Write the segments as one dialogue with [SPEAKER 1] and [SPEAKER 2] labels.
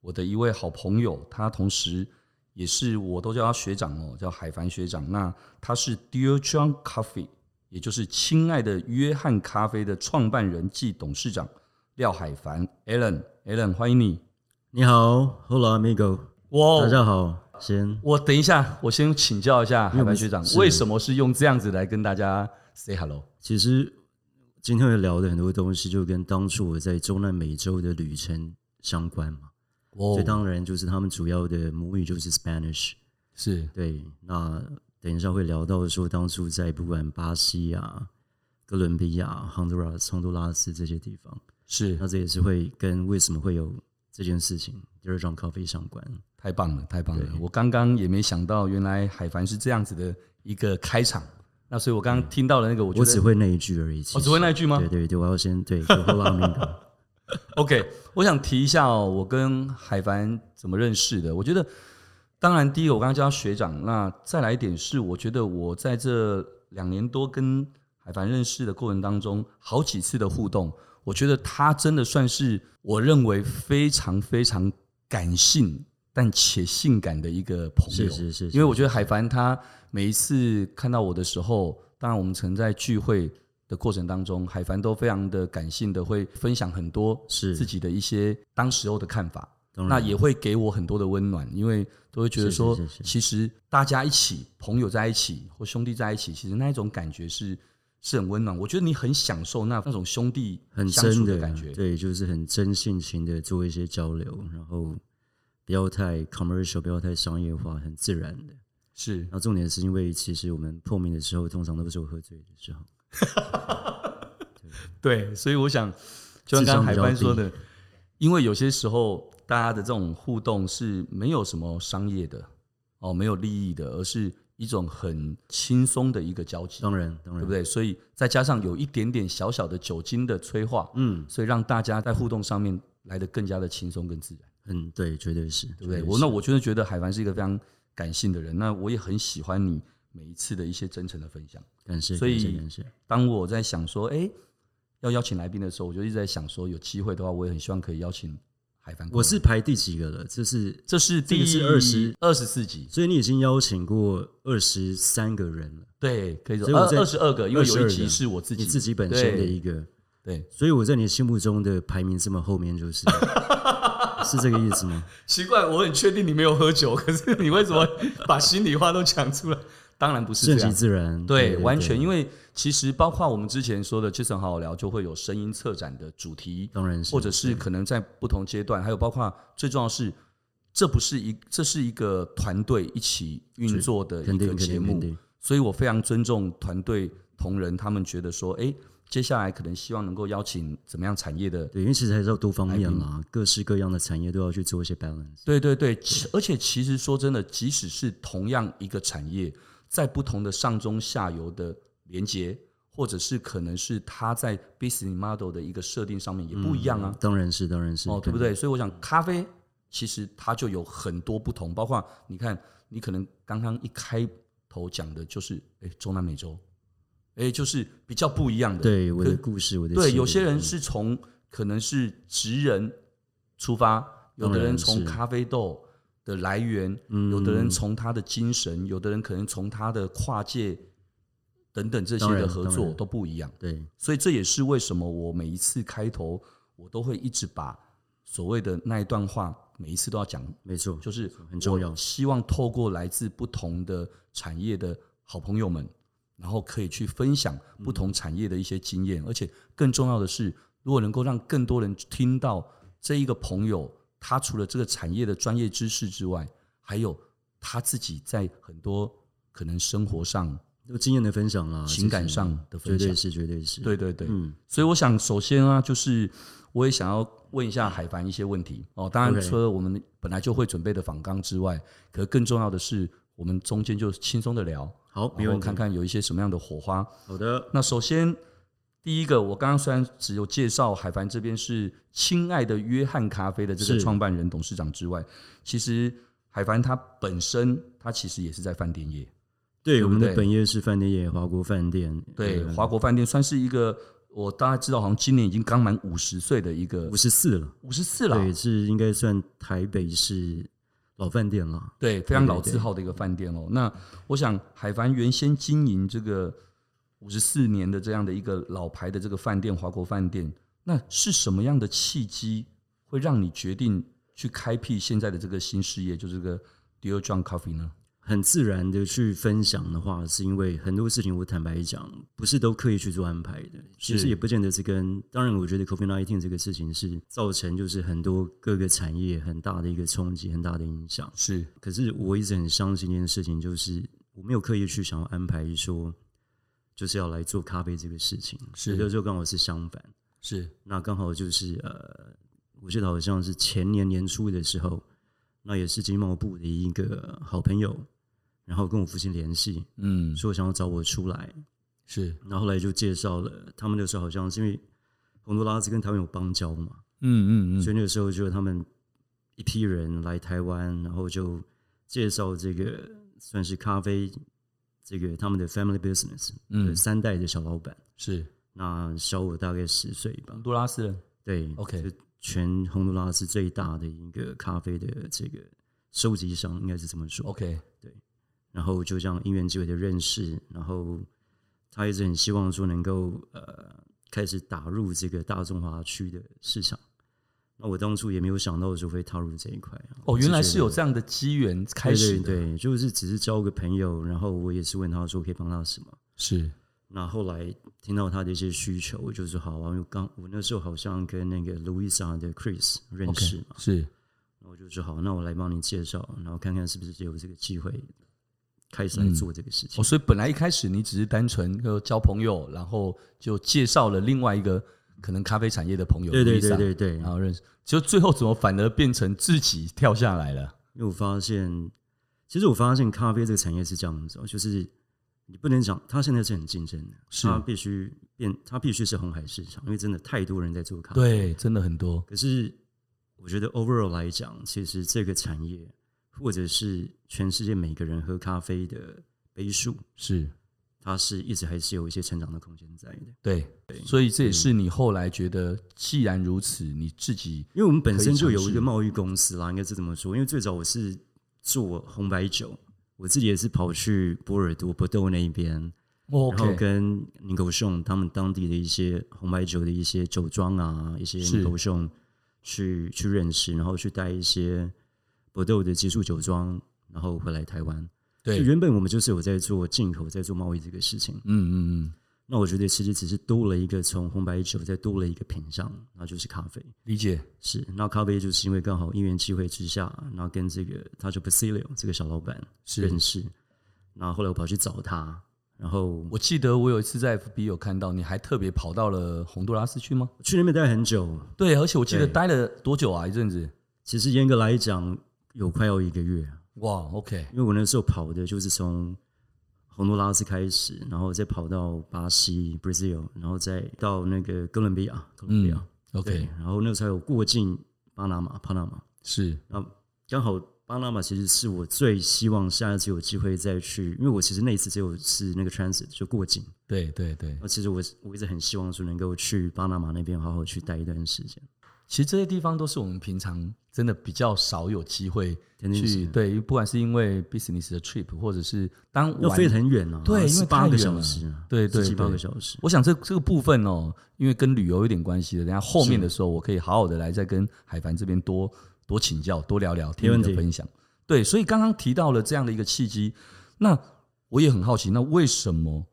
[SPEAKER 1] 我的一位好朋友，他同时也是我都叫他学长哦，叫海凡学长。那他是 Dear John Coffee，也就是亲爱的约翰咖啡的创办人暨董事长廖海凡 Alan。Alan，欢迎你。
[SPEAKER 2] 你好，Hola amigo，
[SPEAKER 1] 哇
[SPEAKER 2] 大家好，先
[SPEAKER 1] 我等一下，我先请教一下海
[SPEAKER 2] 因为我
[SPEAKER 1] 凡
[SPEAKER 2] 们
[SPEAKER 1] 学长，
[SPEAKER 2] 是
[SPEAKER 1] 为什么是用这样子来跟大家 say hello？
[SPEAKER 2] 其实今天会聊的很多东西，就跟当初我在中南美洲的旅程相关嘛。
[SPEAKER 1] 哦
[SPEAKER 2] 所以当然就是他们主要的母语就是 Spanish。
[SPEAKER 1] 是
[SPEAKER 2] 对，那等一下会聊到说，当初在不管巴西啊、哥伦比亚、洪都拉斯、洪都拉斯这些地方，
[SPEAKER 1] 是
[SPEAKER 2] 那，这也是会跟为什么会有这件事情第二种咖啡相关。
[SPEAKER 1] 太棒了，太棒了！
[SPEAKER 2] 对
[SPEAKER 1] 我刚刚也没想到，原来海凡是这样子的一个开场。那所以我刚刚听到的那个，我觉
[SPEAKER 2] 嗯我只
[SPEAKER 1] 得
[SPEAKER 2] 会那一句而已，
[SPEAKER 1] 我只会那一句吗
[SPEAKER 2] 对对对，我要先对 Hola amigo。
[SPEAKER 1] OK，我想提一下哦，我跟海凡怎么认识的？我觉得，当然第一个我刚刚叫他学长，那再来一点是，我觉得我在这两年多跟海凡认识的过程当中，好几次的互动，我觉得他真的算是我认为非常非常感性但且性感的一个朋友。
[SPEAKER 2] 是是是是
[SPEAKER 1] 因为我觉得海凡他每一次看到我的时候，当然我们曾在聚会。的过程当中，海凡都非常的感性的会分享很多
[SPEAKER 2] 是
[SPEAKER 1] 自己的一些当时候的看法，
[SPEAKER 2] 当
[SPEAKER 1] 那
[SPEAKER 2] 然
[SPEAKER 1] 也会给我很多的温暖，因为都会觉得说
[SPEAKER 2] 是是是，是
[SPEAKER 1] 其实大家一起，朋友在一起或兄弟在一起，其实那一种感觉是是很温暖。我觉得你很享受那那种兄弟
[SPEAKER 2] 很
[SPEAKER 1] 相
[SPEAKER 2] 真
[SPEAKER 1] 处
[SPEAKER 2] 的
[SPEAKER 1] 感觉，
[SPEAKER 2] 对，就是很真性情的做一些交流，然后不要太 commercial，不要太商业化，很自然的。
[SPEAKER 1] 是
[SPEAKER 2] 然后重点是因为其实我们碰面的时候，通常都是我喝醉的时候，
[SPEAKER 1] 对，所以我想，就像刚
[SPEAKER 2] 智
[SPEAKER 1] 刚
[SPEAKER 2] 商
[SPEAKER 1] 海
[SPEAKER 2] 比较
[SPEAKER 1] 帆说
[SPEAKER 2] 低
[SPEAKER 1] 的，因为有些时候大家的这种互动是没有什么商业的哦，没有利益的，而是一种很轻松的一个交集，
[SPEAKER 2] 当然当然，
[SPEAKER 1] 对不？对？所以再加上有一点点小小的酒精的催化，
[SPEAKER 2] 嗯，
[SPEAKER 1] 所以让大家在互动上面来得更加的轻松跟自然，
[SPEAKER 2] 很对，绝对是，
[SPEAKER 1] 对不对？
[SPEAKER 2] 绝是
[SPEAKER 1] 我那我真的觉得海帆是一个非常感性的人，那我也很喜欢你每一次的一些真诚的分享。
[SPEAKER 2] 感谢，
[SPEAKER 1] 所以
[SPEAKER 2] 感谢，感谢，
[SPEAKER 1] 当我在想说，哎、要邀请来宾的时候，我就一直在想说，有机会的话，我也很希望可以邀请海帆过来。
[SPEAKER 2] 我是排第几个了？这是，
[SPEAKER 1] 这是
[SPEAKER 2] 这
[SPEAKER 1] 第
[SPEAKER 2] 个是20
[SPEAKER 1] 二十四集，
[SPEAKER 2] 所以你已经邀请过二十三个人了，
[SPEAKER 1] 对，可以说
[SPEAKER 2] 所以我在
[SPEAKER 1] 二二十二个，因为有一
[SPEAKER 2] 22
[SPEAKER 1] 集
[SPEAKER 2] 个
[SPEAKER 1] 是我自己
[SPEAKER 2] 你自己本身的
[SPEAKER 1] 对
[SPEAKER 2] 一个，
[SPEAKER 1] 对，
[SPEAKER 2] 所以我在你心目中的排名这么后 面，就是是这个意思吗？
[SPEAKER 1] 奇怪，我很确定你没有喝酒， 可是你为什么把心里话都讲出来？当然不是
[SPEAKER 2] 顺
[SPEAKER 1] 这
[SPEAKER 2] 其
[SPEAKER 1] 样，
[SPEAKER 2] 自然，
[SPEAKER 1] 对，完全，因
[SPEAKER 2] 为
[SPEAKER 1] 为其实包括我们之前说的 Jason 好好聊，就会有声音策展的主题，
[SPEAKER 2] 当然是
[SPEAKER 1] 或者是可能在不同阶段，还有包括最重要的是，这不是一这是一个团队一起运作的
[SPEAKER 2] 肯
[SPEAKER 1] 一
[SPEAKER 2] 定
[SPEAKER 1] 个
[SPEAKER 2] 肯
[SPEAKER 1] 节
[SPEAKER 2] 定肯
[SPEAKER 1] 目，
[SPEAKER 2] 定，
[SPEAKER 1] 所以我非常尊重团队同仁，他们觉得说，哎，接下来可能希望能够邀请怎么样产业的。
[SPEAKER 2] 对，因为其实还是要多方面啦，各式各样的产业都要去做一些 balance。
[SPEAKER 1] 对对对，其而且其实说真的，即使是同样一个产业，在不同的上中下游的连接，或者是可能是它在 business model 的一个设定上面也不一样啊。
[SPEAKER 2] 当然是，当然嗯是，
[SPEAKER 1] 哦，对不对？所以我想，咖啡其实它就有很多不同，包括你看，你可能刚刚一开头讲的就是，哎，中南美洲，哎，就是比较不一样的。
[SPEAKER 2] 对？对，我的
[SPEAKER 1] 可
[SPEAKER 2] 故事，我的
[SPEAKER 1] 对，
[SPEAKER 2] 经历
[SPEAKER 1] 有些人是从可能是职人出发，有的
[SPEAKER 2] 当
[SPEAKER 1] 人
[SPEAKER 2] 然
[SPEAKER 1] 从
[SPEAKER 2] 是
[SPEAKER 1] 咖啡豆的来源，
[SPEAKER 2] 嗯
[SPEAKER 1] 有的人从他的精神，有的人可能从他的跨界等等这些
[SPEAKER 2] 当然
[SPEAKER 1] 的合
[SPEAKER 2] 当
[SPEAKER 1] 作
[SPEAKER 2] 然
[SPEAKER 1] 都不一样。
[SPEAKER 2] 对，
[SPEAKER 1] 所以这也是为什么我每一次开头，我都会一直把所谓的那一段话，每一次都要讲，
[SPEAKER 2] 没错，
[SPEAKER 1] 就是
[SPEAKER 2] 很重要
[SPEAKER 1] 我希望透过来自不同的产业的好朋友们，然后可以去分享不同产业的一些经
[SPEAKER 2] 嗯
[SPEAKER 1] 验，而且更重要的是，如果能够让更多人听到这一个朋友，他除了这个产业的专业知识之外，还有他自己在很多可能生活上，
[SPEAKER 2] 有经验的分享啦，
[SPEAKER 1] 情感上的分享
[SPEAKER 2] 绝对是，绝对是，
[SPEAKER 1] 对，对对，
[SPEAKER 2] 嗯，
[SPEAKER 1] 所以我想，首先啊，就是我也想要问一下海帆一些问题哦。当然，
[SPEAKER 2] OK
[SPEAKER 1] 除了我们本来就会准备的访纲之外，可更重要的是，我们中间就轻松的聊，
[SPEAKER 2] 好，没
[SPEAKER 1] 然
[SPEAKER 2] 问
[SPEAKER 1] 后
[SPEAKER 2] 题。
[SPEAKER 1] 看看有一些什么样的火花。
[SPEAKER 2] 好的，
[SPEAKER 1] 那首先第一个，我刚刚虽然只有介绍海帆这边是亲爱的约翰咖啡的这个
[SPEAKER 2] 是
[SPEAKER 1] 创办人、董事长之外，其实海帆他本身他其实也是在饭店业，
[SPEAKER 2] 对，
[SPEAKER 1] 对
[SPEAKER 2] 我
[SPEAKER 1] 不
[SPEAKER 2] 们的
[SPEAKER 1] 对
[SPEAKER 2] 本业是饭店业，华国饭店。呃
[SPEAKER 1] 对，华国饭店算是一个我大家知道，好像今年已经刚满五十岁的一个
[SPEAKER 2] 五十四了，
[SPEAKER 1] 五十四了，
[SPEAKER 2] 对，是应该算台北市老饭店了。
[SPEAKER 1] 对，非常
[SPEAKER 2] 对
[SPEAKER 1] 老
[SPEAKER 2] 对
[SPEAKER 1] 字号的一个饭店哦。那我想，海帆原先经营这个五十四年的这样的一个老牌的这个饭店——华国饭店，那是什么样的契机会让你决定去开辟现在的这个新事业，就是这个 Dear John Coffee 呢？
[SPEAKER 2] 很自然的去分享的话，是因为很多事情我坦白讲，不是都刻意去做安排的。其实也不见得是跟，当然我觉得 COVID 1 9这个事情是造成就是很多各个产业很大的一个冲击，很大的影响。
[SPEAKER 1] 是
[SPEAKER 2] 可是我一直很相信一件事情，就是我没有刻意去想要安排说，就是要来做咖啡这个事情。
[SPEAKER 1] 是
[SPEAKER 2] 有的时候刚好是相反，
[SPEAKER 1] 是
[SPEAKER 2] 那刚好就是呃，我记得好像是前年年初的时候，那也是经贸部的一个好朋友，然后跟我父亲联系，
[SPEAKER 1] 嗯
[SPEAKER 2] 说想要找我出来，
[SPEAKER 1] 是
[SPEAKER 2] 然后后来就介绍了他们那时候好像是因为洪都拉斯跟台湾有邦交嘛，
[SPEAKER 1] 嗯嗯
[SPEAKER 2] 所
[SPEAKER 1] 嗯
[SPEAKER 2] 以那个时候就他们一批人来台湾，然后就介绍这个算是咖啡这个他们的 family business，
[SPEAKER 1] 嗯
[SPEAKER 2] 嗯，三代的小老板，
[SPEAKER 1] 是
[SPEAKER 2] 那小我大概十岁吧，
[SPEAKER 1] 洪都拉斯人
[SPEAKER 2] 对
[SPEAKER 1] OK
[SPEAKER 2] 就全洪都拉斯最大的一个咖啡的这个收集商，应该是这么说。
[SPEAKER 1] ，OK 哦
[SPEAKER 2] 然后就这样因缘际会的认识，然后他一直很希望说能够呃开始打入这个大中华区的市场。那我当初也没有想到说会踏入这一块啊。
[SPEAKER 1] 哦，原来是有
[SPEAKER 2] 我觉
[SPEAKER 1] 这样的机缘
[SPEAKER 2] 得
[SPEAKER 1] 开始的，
[SPEAKER 2] 对对对，就是只是交个朋友，然后我也是问他说可以帮他什么。
[SPEAKER 1] 是
[SPEAKER 2] 那后来听到他的一些需求，我就说好啊，因为刚我那时候好像跟那个 Louisa 的 Chris 认
[SPEAKER 1] OK
[SPEAKER 2] 识嘛，
[SPEAKER 1] 是
[SPEAKER 2] 然后我就说好，那我来帮你介绍，然后看看是不是有这个机会开始来做这个事情。
[SPEAKER 1] 哦，所以本来一开始你只是单纯呃交朋友，然后就介绍了另外一个可能咖啡产业的朋友，
[SPEAKER 2] 对对
[SPEAKER 1] Lisa，
[SPEAKER 2] 对对对，
[SPEAKER 1] 然后认识，就最后怎么反而变成自己跳下来了？
[SPEAKER 2] 因为我发现，其实我发现咖啡这个产业是这样子、哦，就是你不能讲它现在是很竞争的，
[SPEAKER 1] 是
[SPEAKER 2] 它必须变，它必须是红海市场，因为真的太多人在做咖啡。，
[SPEAKER 1] 对，真的很多，
[SPEAKER 2] 可是我觉得 overall 来讲，其实这个产业或者是全世界每个人喝咖啡的杯数，
[SPEAKER 1] 是
[SPEAKER 2] 它是一直还是有一些成长的空间在的。
[SPEAKER 1] 对，嗯所以这也是你后来觉得，既然如此，你自己
[SPEAKER 2] 因为我们本身就
[SPEAKER 1] 可以
[SPEAKER 2] 有
[SPEAKER 1] 尝
[SPEAKER 2] 一
[SPEAKER 1] 试
[SPEAKER 2] 个贸易公司啦，应该是这么说。因为最早我是做红白酒，我自己也是跑去波尔多、波豆那边，
[SPEAKER 1] 哦
[SPEAKER 2] 然后
[SPEAKER 1] ，OK，
[SPEAKER 2] 跟宁狗熊他们当地的一些红白酒的一些酒庄啊，一些
[SPEAKER 1] 是
[SPEAKER 2] 宁狗熊去去认识，然后去带一些波豆的技术酒庄，然后回来台湾。就
[SPEAKER 1] 对，
[SPEAKER 2] 原本我们就是有在做进口，在做贸易这个事情。
[SPEAKER 1] 嗯嗯嗯，
[SPEAKER 2] 那我觉得其实只是多了一个从红白酒再多了一个品相，那就是咖啡。
[SPEAKER 1] 理解，
[SPEAKER 2] 是，那咖啡就是因为刚好因缘际会之下，然后跟这个他就 Basilio 这个小老板
[SPEAKER 1] 是
[SPEAKER 2] 认。识，然后后来我跑去找他，然后
[SPEAKER 1] 我记得我有一次在 FB 有看到，你还特别跑到了洪都拉斯去吗？
[SPEAKER 2] 我去那边待很久，
[SPEAKER 1] 对，而且我记得
[SPEAKER 2] 对
[SPEAKER 1] 待了多久啊？一阵子，
[SPEAKER 2] 其实严格来讲有快要一个月，啊
[SPEAKER 1] 哇，OK，
[SPEAKER 2] 因为我那时候跑的就是从洪都拉斯开始，然后再跑到巴西 Brazil，然后再到那个哥伦比亚，哥伦比亚、对，
[SPEAKER 1] 嗯，OK，
[SPEAKER 2] 然后那时候还有过境巴拿马，巴拿马，
[SPEAKER 1] 是
[SPEAKER 2] 那刚好巴拿马其实是我最希望下一次有机会再去，因为我其实那一次只有是那个 transit 就过境。
[SPEAKER 1] 对对对，
[SPEAKER 2] 那其实我我一直很希望说能够去巴拿马那边好好去待一段时间。
[SPEAKER 1] 其实这些地方都是我们平常真的比较少有机会
[SPEAKER 2] 肯定
[SPEAKER 1] 去
[SPEAKER 2] 是
[SPEAKER 1] 对，不管是因为 business 的 trip，或者是当
[SPEAKER 2] 要
[SPEAKER 1] 玩
[SPEAKER 2] 飞得很远啊，
[SPEAKER 1] 对因为
[SPEAKER 2] 十
[SPEAKER 1] 太
[SPEAKER 2] 八个
[SPEAKER 1] 远
[SPEAKER 2] 小
[SPEAKER 1] 了
[SPEAKER 2] 时啊，
[SPEAKER 1] 对对
[SPEAKER 2] 十七八
[SPEAKER 1] 对
[SPEAKER 2] 个小时。
[SPEAKER 1] 我想这这个部分哦，因为跟旅游有点关系的，等一下后面的时候我可以好好的来再跟海帆这边多多请教、多聊聊，听你
[SPEAKER 2] 没问
[SPEAKER 1] 的
[SPEAKER 2] 题
[SPEAKER 1] 分享。对，所以刚刚提到了这样的一个契机，那我也很好奇，那为什么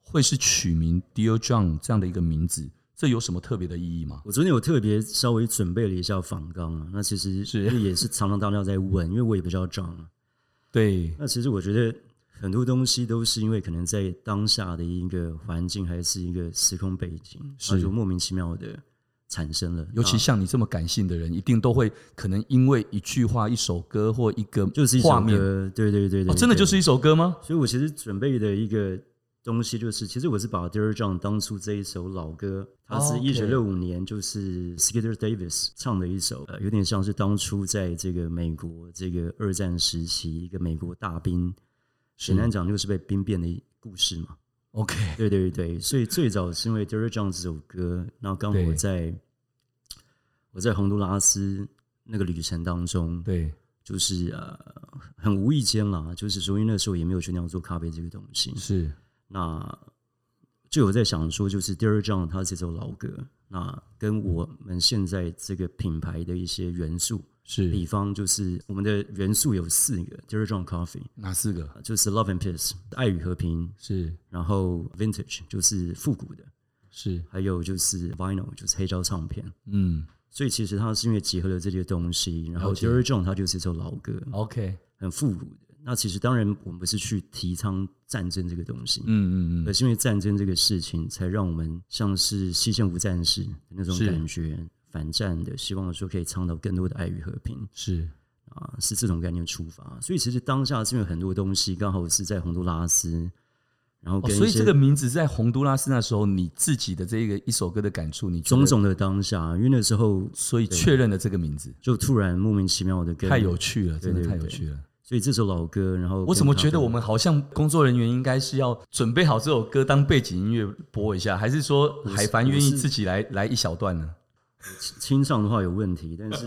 [SPEAKER 1] 会是取名 Dear John 这样的一个名字？这有什么特别的意义吗？
[SPEAKER 2] 我昨天有特别稍微准备了一下访纲啊，那其实
[SPEAKER 1] 是
[SPEAKER 2] 因为也是常常大家在问，因为我也不叫 John 啊。
[SPEAKER 1] 对，
[SPEAKER 2] 那其实我觉得很多东西都是因为可能在当下的一个环境还是一个时空背景，
[SPEAKER 1] 是
[SPEAKER 2] 它就莫名其妙的产生了，啊
[SPEAKER 1] 尤其
[SPEAKER 2] 那
[SPEAKER 1] 像你这么感性的人，一定都会可能因为一句话、一首歌或一个
[SPEAKER 2] 就是一首
[SPEAKER 1] 画面，哦
[SPEAKER 2] 歌，对对对对，
[SPEAKER 1] 真的
[SPEAKER 2] 对
[SPEAKER 1] 就是一首歌吗？
[SPEAKER 2] 所以我其实准备的一个东西就是，其实我是把 d e r John 当初这一首老歌，它是
[SPEAKER 1] 哦，OK
[SPEAKER 2] 一九六五年就是 Skeeter Davis 唱的一首，呃，有点像是当初在这个美国这个二战时期一个美国大兵，简单讲就是被兵变的故事嘛。
[SPEAKER 1] OK，
[SPEAKER 2] 对对对，所以最早是因为 d e r John 这首歌，然后刚好
[SPEAKER 1] 对
[SPEAKER 2] 我在我在洪都拉斯那个旅程当中，
[SPEAKER 1] 对，
[SPEAKER 2] 就是呃很无意间啦，就是说因为那时候也没有去那样做咖啡这个东西，
[SPEAKER 1] 是
[SPEAKER 2] 那就有在想说，就是第二张它这首老歌，那跟我们现在这个品牌的一些元素，比
[SPEAKER 1] 是
[SPEAKER 2] 方就是我们的元素有四个，第二张 Coffee 呃
[SPEAKER 1] 哪四个？
[SPEAKER 2] 就是 Love and Peace 爱与和平，
[SPEAKER 1] 是
[SPEAKER 2] 然后 Vintage 就是复古的，
[SPEAKER 1] 是，
[SPEAKER 2] 还有就是 Vinyl 就是黑胶唱片。
[SPEAKER 1] 嗯
[SPEAKER 2] 所以其实它是因为结合了这些东西，然后
[SPEAKER 1] 了解
[SPEAKER 2] d e r r y John 它就是一首老歌，
[SPEAKER 1] ，OK，
[SPEAKER 2] 很复古的。那其实当然我们不是去提倡战争这个东西，
[SPEAKER 1] 嗯嗯
[SPEAKER 2] 而
[SPEAKER 1] 嗯，
[SPEAKER 2] 是因为战争这个事情，才让我们像是西线无战事的那种
[SPEAKER 1] 是
[SPEAKER 2] 感觉，反战的，希望说可以倡导更多的爱与和平
[SPEAKER 1] 是
[SPEAKER 2] 啊，是这种概念出发。所以其实当下是因为很多东西刚好是在洪都拉斯，然后
[SPEAKER 1] 哦，
[SPEAKER 2] 跟
[SPEAKER 1] 所
[SPEAKER 2] 一
[SPEAKER 1] 以
[SPEAKER 2] 些
[SPEAKER 1] 这个名字在洪都拉斯那时候，你自己的这个一首歌的感触，你觉得
[SPEAKER 2] 种，种的当下，因为那时候
[SPEAKER 1] 所以确认了这个名字，
[SPEAKER 2] 就突然莫名其妙的跟
[SPEAKER 1] 太有，趣了，真的
[SPEAKER 2] 对对
[SPEAKER 1] 太有
[SPEAKER 2] 对
[SPEAKER 1] 趣了。
[SPEAKER 2] 所以这首老歌，然后
[SPEAKER 1] 我
[SPEAKER 2] 跟
[SPEAKER 1] 怎么
[SPEAKER 2] 他
[SPEAKER 1] 觉得
[SPEAKER 2] 的
[SPEAKER 1] 我们好像工作人员应该是要准备好这首歌当背景音乐播一下，还是说海帆愿意自己来来一小段呢？
[SPEAKER 2] 清唱的话有 问题，但是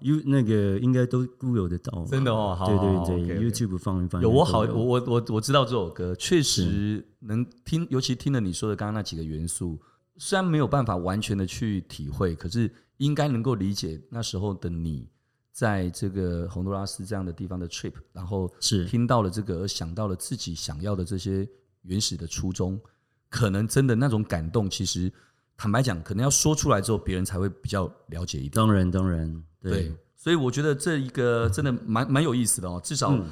[SPEAKER 2] You 那个应该都 Google 得到吧，
[SPEAKER 1] 真的哦好
[SPEAKER 2] 对
[SPEAKER 1] 好好
[SPEAKER 2] 对对
[SPEAKER 1] OK，OK
[SPEAKER 2] YouTube 放一放，
[SPEAKER 1] 有我
[SPEAKER 2] 都
[SPEAKER 1] 好，我我我我知道这首歌，确实能听，尤其听了你说的刚刚那几个元素，虽然没有办法完全的去体会，可是应该能够理解那时候的你在这个洪都拉斯这样的地方的 trip，然后
[SPEAKER 2] 是
[SPEAKER 1] 听到了这个而想到了自己想要的这些原始的初衷，可能真的那种感动，其实坦白讲，可能要说出来之后，别人才会比较了解一点。
[SPEAKER 2] 当然当然对
[SPEAKER 1] 对，所以我觉得这一个真的蛮蛮有意思的哦，至少
[SPEAKER 2] 嗯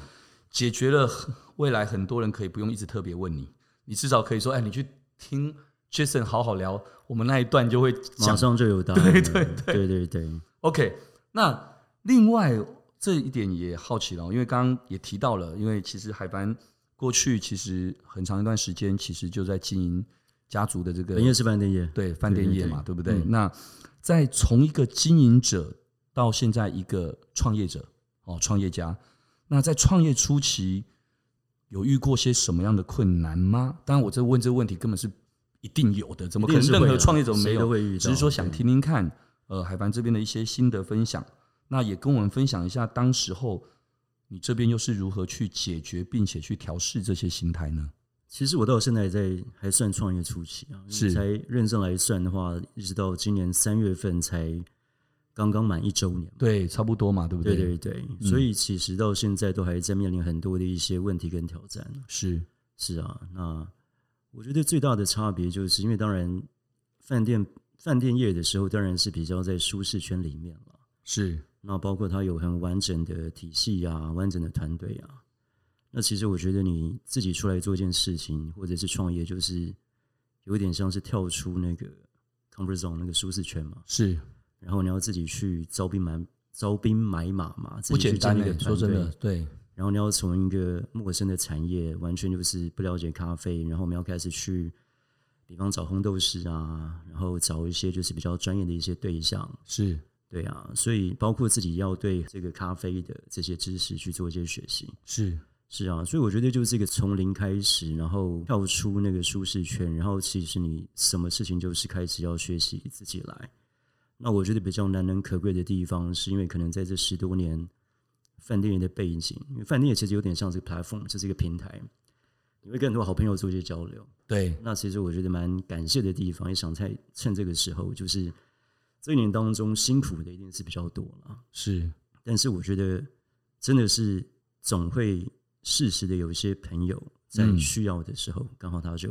[SPEAKER 1] 解决了很未来很多人可以不用一直特别问你，你至少可以说，哎，你去听 Jason 好好聊，我们那一段就会
[SPEAKER 2] 马
[SPEAKER 1] 讲。
[SPEAKER 2] 上就有答案了。对对对对对
[SPEAKER 1] OK，那另外这一点也好奇了哦，因为刚刚也提到了，因为其实海帆过去其实很长一段时间其实就在经营家族的这个
[SPEAKER 2] 本业是饭店业，
[SPEAKER 1] 对饭店业嘛，对
[SPEAKER 2] 对嗯
[SPEAKER 1] 不
[SPEAKER 2] 对
[SPEAKER 1] 对？那在从一个经营者到现在一个创业者哦，创业家，那在创业初期有遇过些什么样的困难吗？当然，我这问这个问题根本是一定有的，怎么可
[SPEAKER 2] 一
[SPEAKER 1] 能
[SPEAKER 2] 定是会
[SPEAKER 1] 任何
[SPEAKER 2] 的
[SPEAKER 1] 创业者没
[SPEAKER 2] 谁都
[SPEAKER 1] 有？
[SPEAKER 2] 会遇到
[SPEAKER 1] 只是说想
[SPEAKER 2] 对
[SPEAKER 1] 听听看，呃，海帆这边的一些心得分享，那也跟我们分享一下当时候。你这边又是如何去解决并且去调试这些心态呢？
[SPEAKER 2] 其实我到现在也在还算创业初期啊，
[SPEAKER 1] 是
[SPEAKER 2] 才认真来算的话，一直到今年三月份才刚刚满一周年嘛。
[SPEAKER 1] 对，差不多嘛，对不嗯
[SPEAKER 2] 对
[SPEAKER 1] 对？
[SPEAKER 2] 对对，所以其实到现在都还在面临很多的一些问题跟挑战啊。
[SPEAKER 1] 是
[SPEAKER 2] 是啊，那我觉得最大的差别就是因为当然饭店饭店业的时候，当然是比较在舒适圈里面了。
[SPEAKER 1] 是，
[SPEAKER 2] 那包括它有很完整的体系啊，完整的团队啊。那其实我觉得你自己出来做一件事情，或者是创业，就是有点像是跳出那个 comfort zone 那个舒适圈嘛，
[SPEAKER 1] 是
[SPEAKER 2] 然后你要自己去招兵买招兵买马嘛，自
[SPEAKER 1] 不
[SPEAKER 2] 己去
[SPEAKER 1] 简单
[SPEAKER 2] 建立一
[SPEAKER 1] 欸
[SPEAKER 2] 个
[SPEAKER 1] 说
[SPEAKER 2] 团
[SPEAKER 1] 真
[SPEAKER 2] 队
[SPEAKER 1] 的，，对，
[SPEAKER 2] 然后你要从一个陌生的产业，完全就是不了解咖啡，然后我们要开始去，比方找烘豆师啊，然后找一些就是比较专业的一些对象，
[SPEAKER 1] 是
[SPEAKER 2] 对啊，所以包括自己要对这个咖啡的这些知识去做一些学习，
[SPEAKER 1] 是
[SPEAKER 2] 是啊，所以我觉得就是一个从零开始，然后跳出那个舒适圈，然后其实你什么事情就是开始要学习自己来。那我觉得比较难能可贵的地方，是因为可能在这十多年饭店业的背景，因为饭店业其实有点像是个 platform，就是一个平台，你会跟很多好朋友做一些交流。
[SPEAKER 1] 对，
[SPEAKER 2] 那其实我觉得蛮感谢的地方，也想在趁这个时候，就是这一年当中辛苦的一定是比较多了。
[SPEAKER 1] 是
[SPEAKER 2] 但是我觉得真的是总会适时的有一些朋友在
[SPEAKER 1] 嗯
[SPEAKER 2] 需要的时候，刚、好他就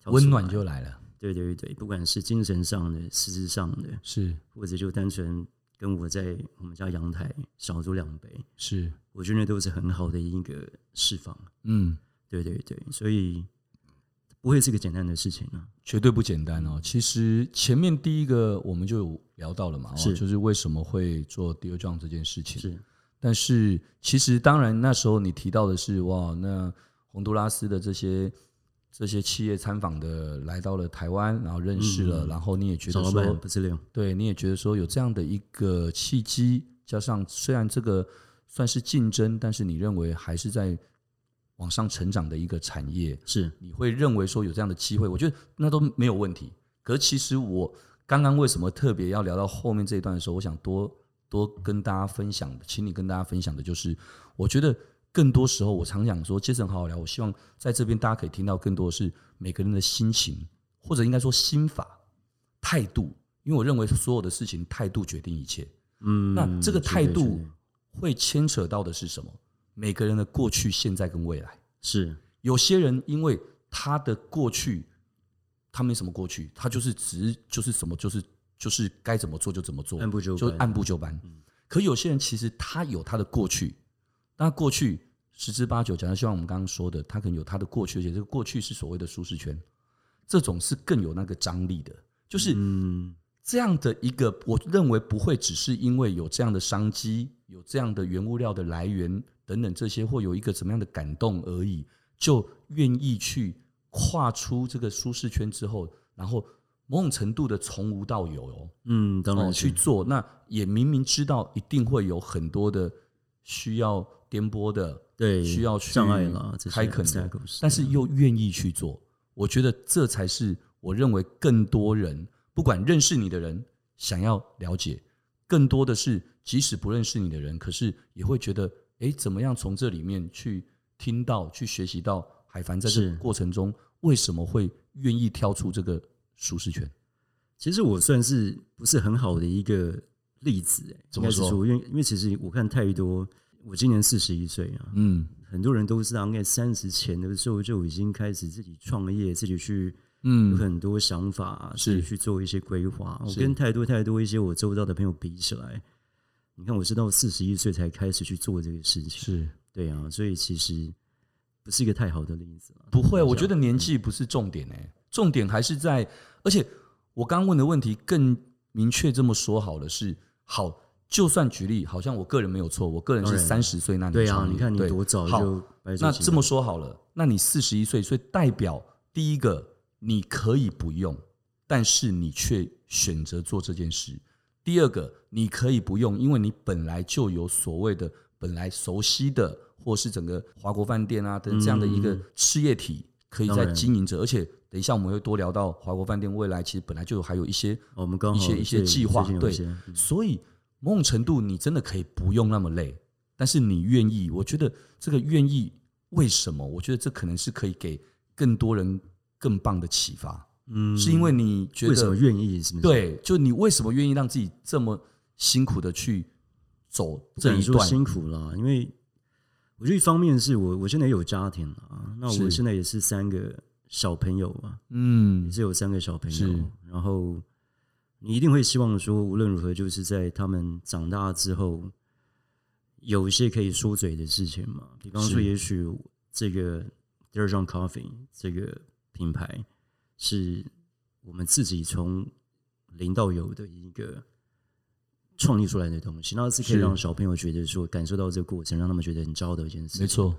[SPEAKER 2] 跳出来
[SPEAKER 1] 温暖就来了，
[SPEAKER 2] 对对对，不管是精神上的、实质上的，
[SPEAKER 1] 是
[SPEAKER 2] 或者就单纯跟我在我们家阳台小酌两杯，
[SPEAKER 1] 是，
[SPEAKER 2] 我觉得那都是很好的一个释放。
[SPEAKER 1] 嗯，
[SPEAKER 2] 对对对，所以不会是个简单的事情啊。
[SPEAKER 1] 绝对不简单哦。其实前面第一个我们就有聊到了嘛，哦、
[SPEAKER 2] 是
[SPEAKER 1] 就是为什么会做 d e a l John 这件事情。
[SPEAKER 2] 是，
[SPEAKER 1] 但是其实当然那时候你提到的是哇，那洪都拉斯的这些这些企业参访的来到了台湾，然后认识
[SPEAKER 2] 嗯
[SPEAKER 1] 了，然后你也觉
[SPEAKER 2] 小
[SPEAKER 1] 得
[SPEAKER 2] 老板
[SPEAKER 1] 说，
[SPEAKER 2] 不自量，
[SPEAKER 1] 对，你也觉得说有这样的一个契机，加上虽然这个算是竞争，但是你认为还是在往上成长的一个产业，
[SPEAKER 2] 是
[SPEAKER 1] 你会认为说有这样的机会，我觉得那都没有问题。可是其实我刚刚为什么特别要聊到后面这一段的时候，我想多多跟大家分享，请你跟大家分享的就是，我觉得更多时候我常讲说，杰森好好聊，我希望在这边大家可以听到更多的是每个人的心情，或者应该说心法、态度，因为我认为所有的事情态度决定一切。
[SPEAKER 2] 嗯，
[SPEAKER 1] 那这个
[SPEAKER 2] 绝对
[SPEAKER 1] 态
[SPEAKER 2] 绝对
[SPEAKER 1] 度会牵扯到的是什么？每个人的过去、现在跟未来。
[SPEAKER 2] 是
[SPEAKER 1] 有些人因为他的过去，他没什么过去，他就是只就是什么就是就是该怎么做就怎么做，
[SPEAKER 2] 按部就班嗯
[SPEAKER 1] 就按部就班。可有些人其实他有他的过去，那过去十之八九，假如像我们刚刚说的，他可能有他的过去，而且这个过去是所谓的舒适圈，这种是更有那个张力的，就是
[SPEAKER 2] 嗯，
[SPEAKER 1] 这样的一个，我认为不会只是因为有这样的商机、有这样的原物料的来源等等这些，或有一个怎么样的感动而已，就愿意去跨出这个舒适圈之后，然后某种程度的从无到有哦，
[SPEAKER 2] 嗯，当
[SPEAKER 1] 哦
[SPEAKER 2] 然
[SPEAKER 1] 去
[SPEAKER 2] 去
[SPEAKER 1] 做。那也明明知道一定会有很多的需要颠簸的，
[SPEAKER 2] 对
[SPEAKER 1] 需要去
[SPEAKER 2] 障碍啦，这些
[SPEAKER 1] 开垦的
[SPEAKER 2] obstacles，
[SPEAKER 1] 但是
[SPEAKER 2] 对
[SPEAKER 1] 又愿意去做，我觉得这才是我认为更多人，不管认识你的人想要了解，更多的是即使不认识你的人，可是也会觉得，诶，怎么样从这里面去听到、去学习到海帆在这
[SPEAKER 2] 是
[SPEAKER 1] 个过程中为什么会愿意跳出这个舒适圈？
[SPEAKER 2] 其实我算是不是很好的一个例子、欸，
[SPEAKER 1] 怎么
[SPEAKER 2] 应该是
[SPEAKER 1] 说
[SPEAKER 2] 说？因为因为其实我看太多，我今年四十一岁啊，
[SPEAKER 1] 嗯
[SPEAKER 2] 很多人都是大概三十前的时候就已经开始自己创业，自己去有
[SPEAKER 1] 嗯，
[SPEAKER 2] 很多想法，啊
[SPEAKER 1] 是
[SPEAKER 2] 自己去做一些规划。啊我
[SPEAKER 1] 是
[SPEAKER 2] 跟太多太多一些我周遭的朋友比起来，你看我是到四十一岁才开始去做这个事情，
[SPEAKER 1] 是
[SPEAKER 2] 对啊，所以其实不是一个太好的例子啊了。
[SPEAKER 1] 不会，我觉得年纪不是重点哎、重点还是在，而且我刚问的问题更明确这么说好了是，好，就算举例，好像我个人没有错，我个人是
[SPEAKER 2] 当然
[SPEAKER 1] 三十岁那年
[SPEAKER 2] 对啊，
[SPEAKER 1] 创业
[SPEAKER 2] 你看你
[SPEAKER 1] 对
[SPEAKER 2] 多早
[SPEAKER 1] 好
[SPEAKER 2] 就白手
[SPEAKER 1] 那
[SPEAKER 2] 起
[SPEAKER 1] 这么
[SPEAKER 2] 家
[SPEAKER 1] 说好了，那你四十一岁，所以代表第一个你可以不用，但是你却选择做这件事；第二个你可以不用，因为你本来就有所谓的本来熟悉的，或是整个华国饭店啊等这样的一个事业体可以
[SPEAKER 2] 嗯当
[SPEAKER 1] 在
[SPEAKER 2] 然
[SPEAKER 1] 经营着，而且等一下我们会多聊到华国饭店未来其实本来就有还有一些
[SPEAKER 2] 我们刚好
[SPEAKER 1] 一些一些
[SPEAKER 2] 最
[SPEAKER 1] 计划
[SPEAKER 2] 最近，有
[SPEAKER 1] 对
[SPEAKER 2] 一些，
[SPEAKER 1] 所以某种程度你真的可以不用那么累，但是你愿意，我觉得这个愿意为什么？我觉得这可能是可以给更多人更棒的启发，
[SPEAKER 2] 嗯
[SPEAKER 1] 是因为你觉
[SPEAKER 2] 为什么
[SPEAKER 1] 得
[SPEAKER 2] 愿意？是不是？
[SPEAKER 1] 对，就你为什么愿意让自己这么辛苦的去走这
[SPEAKER 2] 你
[SPEAKER 1] 一
[SPEAKER 2] 说
[SPEAKER 1] 段？
[SPEAKER 2] 辛苦了，因为我觉得一方面是我我现在有家庭了啊，那
[SPEAKER 1] 是
[SPEAKER 2] 我现在也是三个小朋友嘛，也
[SPEAKER 1] 嗯，
[SPEAKER 2] 是有三个小朋
[SPEAKER 1] 是
[SPEAKER 2] 友，然后你一定会希望说，无论如何，就是在他们长大之后，有一些可以说嘴的事情嘛，比方说，
[SPEAKER 1] 是
[SPEAKER 2] 也许这个 d e r j o n Coffee 这个品牌是我们自己从零到有的一个。创立出来的东西，那是可以
[SPEAKER 1] 是
[SPEAKER 2] 让小朋友觉得说感受到这个过程，让他们觉得很骄傲的一件事。
[SPEAKER 1] 没，错，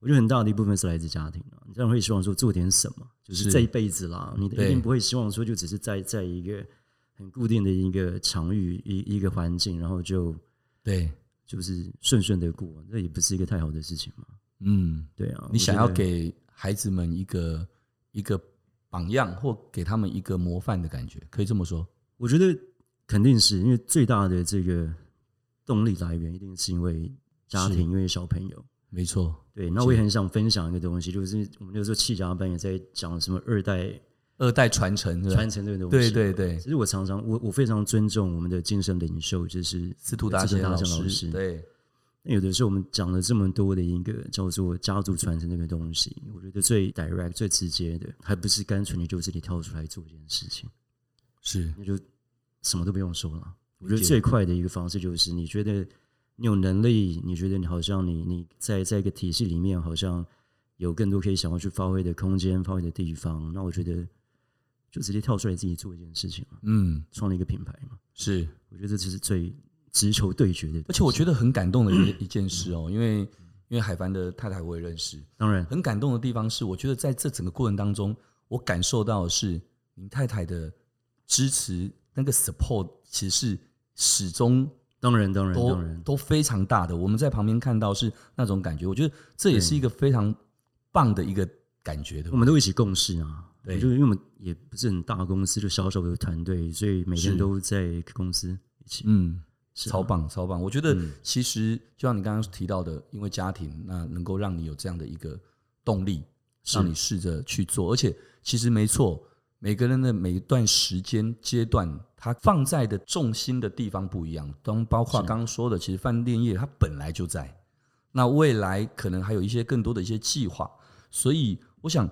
[SPEAKER 2] 我觉得很大的一部分是来自家庭啊，你当然会希望说做点什么，就是
[SPEAKER 1] 是
[SPEAKER 2] 这一辈子啦，你的
[SPEAKER 1] 对
[SPEAKER 2] 一定不会希望说就只是在在一个很固定的一个场域一一个环境，然后就
[SPEAKER 1] 对，
[SPEAKER 2] 就是顺顺的过，这也不是一个太好的事情嘛。
[SPEAKER 1] 嗯，
[SPEAKER 2] 对啊，
[SPEAKER 1] 你
[SPEAKER 2] 我觉
[SPEAKER 1] 想要
[SPEAKER 2] 得
[SPEAKER 1] 给孩子们一个一个榜样，或给他们一个模范的感觉，可以这么说。
[SPEAKER 2] 我觉得肯定是因为最大的这个动力来源一定是因为家
[SPEAKER 1] 是
[SPEAKER 2] 庭，因为小朋友。
[SPEAKER 1] 没错，
[SPEAKER 2] 对，那我也很想分享一个东西，就是我们那时候气甲班也在讲什么二代
[SPEAKER 1] 二代传承，对吧
[SPEAKER 2] 传承这个东
[SPEAKER 1] 对
[SPEAKER 2] 西。
[SPEAKER 1] 对对
[SPEAKER 2] 其，实我常常我我非常尊重我们的精神领袖，就是呃
[SPEAKER 1] 司徒达贤
[SPEAKER 2] 老
[SPEAKER 1] 师，对，
[SPEAKER 2] 那有的时候我们讲了这么多的一个叫做家族传承这个东西，我觉得最 direct 最直接的，还不是单纯你就自己跳出来做一件事情，
[SPEAKER 1] 是
[SPEAKER 2] 那就什么都不用说了。我觉
[SPEAKER 1] 理
[SPEAKER 2] 得
[SPEAKER 1] 解
[SPEAKER 2] 最快的一个方式就是，你觉得你有能力，你觉得你好像你你在在一个体系里面好像有更多可以想要去发挥的空间、发挥的地方。那我觉得就直接跳出来自己做一件事情嘛，
[SPEAKER 1] 嗯，
[SPEAKER 2] 创立一个品牌嘛。
[SPEAKER 1] 是。
[SPEAKER 2] 我觉得这只是最直球对决的东西。
[SPEAKER 1] 而且我觉得很感动的一一件事哦，因为因为海帆的太太我也认识，
[SPEAKER 2] 当然
[SPEAKER 1] 很感动的地方是，我觉得在这整个过程当中，我感受到的是您太太的支持，那个 support 其实是始终
[SPEAKER 2] 当然当然
[SPEAKER 1] 都
[SPEAKER 2] 当然，
[SPEAKER 1] 都非常大的。我们在旁边看到是那种感觉，我觉得这也是一个非常棒的一个感觉，对
[SPEAKER 2] 我
[SPEAKER 1] 吧？
[SPEAKER 2] 们都一起共事啊。
[SPEAKER 1] 对
[SPEAKER 2] 我觉得因为我们也不是很大的公司，就小小的团队，所以每
[SPEAKER 1] 是
[SPEAKER 2] 天都在公司一起。
[SPEAKER 1] 嗯，
[SPEAKER 2] 是啊
[SPEAKER 1] 超棒超棒。我觉得
[SPEAKER 2] 嗯
[SPEAKER 1] 其实就像你刚刚提到的，因为家庭，那能够让你有这样的一个动力，
[SPEAKER 2] 是
[SPEAKER 1] 让你试着去做。而且其实没错，每个人的每一段时间阶段，他放在的重心的地方不一样。当包括
[SPEAKER 2] 是
[SPEAKER 1] 刚刚说的，其实饭店业它本来就在，那未来可能还有一些更多的一些计划。所以我想，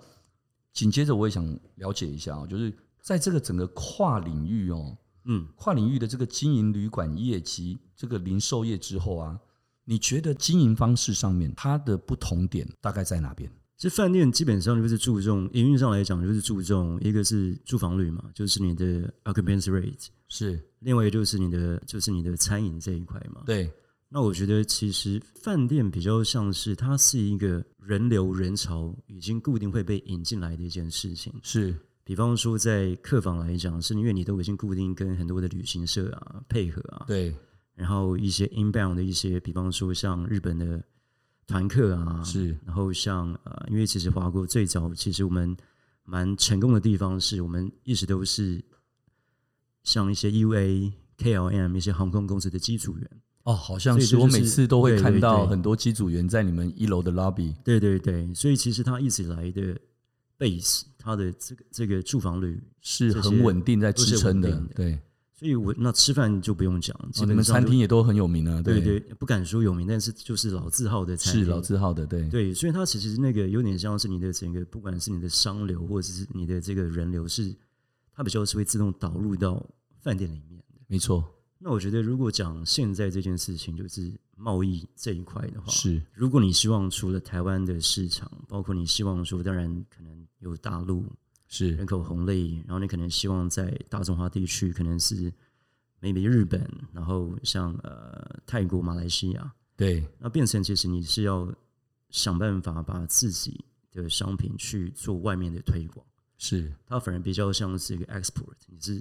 [SPEAKER 1] 紧接着我也想了解一下哦，就是在这个整个跨领域哦，
[SPEAKER 2] 嗯，
[SPEAKER 1] 跨领域的这个经营旅馆业及这个零售业之后啊，你觉得经营方式上面它的不同点大概在哪边？
[SPEAKER 2] 其实饭店基本上就是注重营运上来讲，就是注重一个是住房率嘛，就是你的 occupancy rate，
[SPEAKER 1] 是
[SPEAKER 2] 另外就是你的就是你的餐饮这一块嘛。
[SPEAKER 1] 对，
[SPEAKER 2] 那我觉得其实饭店比较像是它是一个人流人潮已经固定会被引进来的一件事情。
[SPEAKER 1] 是
[SPEAKER 2] 比方说在客房来讲，是因为你都已经固定跟很多的旅行社啊配合啊，
[SPEAKER 1] 对，
[SPEAKER 2] 然后一些 inbound 的一些，比方说像日本的团客啊，
[SPEAKER 1] 是
[SPEAKER 2] 然后像呃，因为其实华国最早其实我们蛮成功的地方是我们一直都是像一些 E UA、KLM 一些航空公司的机组员，
[SPEAKER 1] 哦，好像
[SPEAKER 2] 所以这
[SPEAKER 1] 是我
[SPEAKER 2] 就是
[SPEAKER 1] 每次都会
[SPEAKER 2] 对
[SPEAKER 1] 看
[SPEAKER 2] 对
[SPEAKER 1] 到
[SPEAKER 2] 对
[SPEAKER 1] 很多机组员在你们一楼的 lobby，
[SPEAKER 2] 对对对，所以其实它一直以来的 base，它的这个这个住房率，
[SPEAKER 1] 是
[SPEAKER 2] 这
[SPEAKER 1] 很
[SPEAKER 2] 些
[SPEAKER 1] 稳定在
[SPEAKER 2] 都
[SPEAKER 1] 支
[SPEAKER 2] 是
[SPEAKER 1] 撑
[SPEAKER 2] 稳
[SPEAKER 1] 的
[SPEAKER 2] 定的。哦
[SPEAKER 1] 对，
[SPEAKER 2] 所以我那吃饭就不用讲，基
[SPEAKER 1] 哦你
[SPEAKER 2] 本
[SPEAKER 1] 们
[SPEAKER 2] 上
[SPEAKER 1] 餐
[SPEAKER 2] 就
[SPEAKER 1] 厅也都很有名啊，
[SPEAKER 2] 对对，不敢说有名，但是就是老字号的餐厅，
[SPEAKER 1] 是老字号的，对
[SPEAKER 2] 对，所以它其实那个有点像是你的整个，不管是你的商流或者是你的这个人流是，它比较是会自动导入到饭店里面的。
[SPEAKER 1] 没错，
[SPEAKER 2] 那我觉得，如果讲现在这件事情，就是贸易这一块的话，
[SPEAKER 1] 是
[SPEAKER 2] 如果你希望除了台湾的市场，包括你希望说，当然可能有大陆人
[SPEAKER 1] 是
[SPEAKER 2] 口红利，然后你可能希望在大中华地区，可能是 maybe 日本，然后像呃泰国、马来西亚，
[SPEAKER 1] 对，
[SPEAKER 2] 那变成其实你是要想办法把自己的商品去做外面的推广，
[SPEAKER 1] 是
[SPEAKER 2] 它反而比较像是一个 export，你是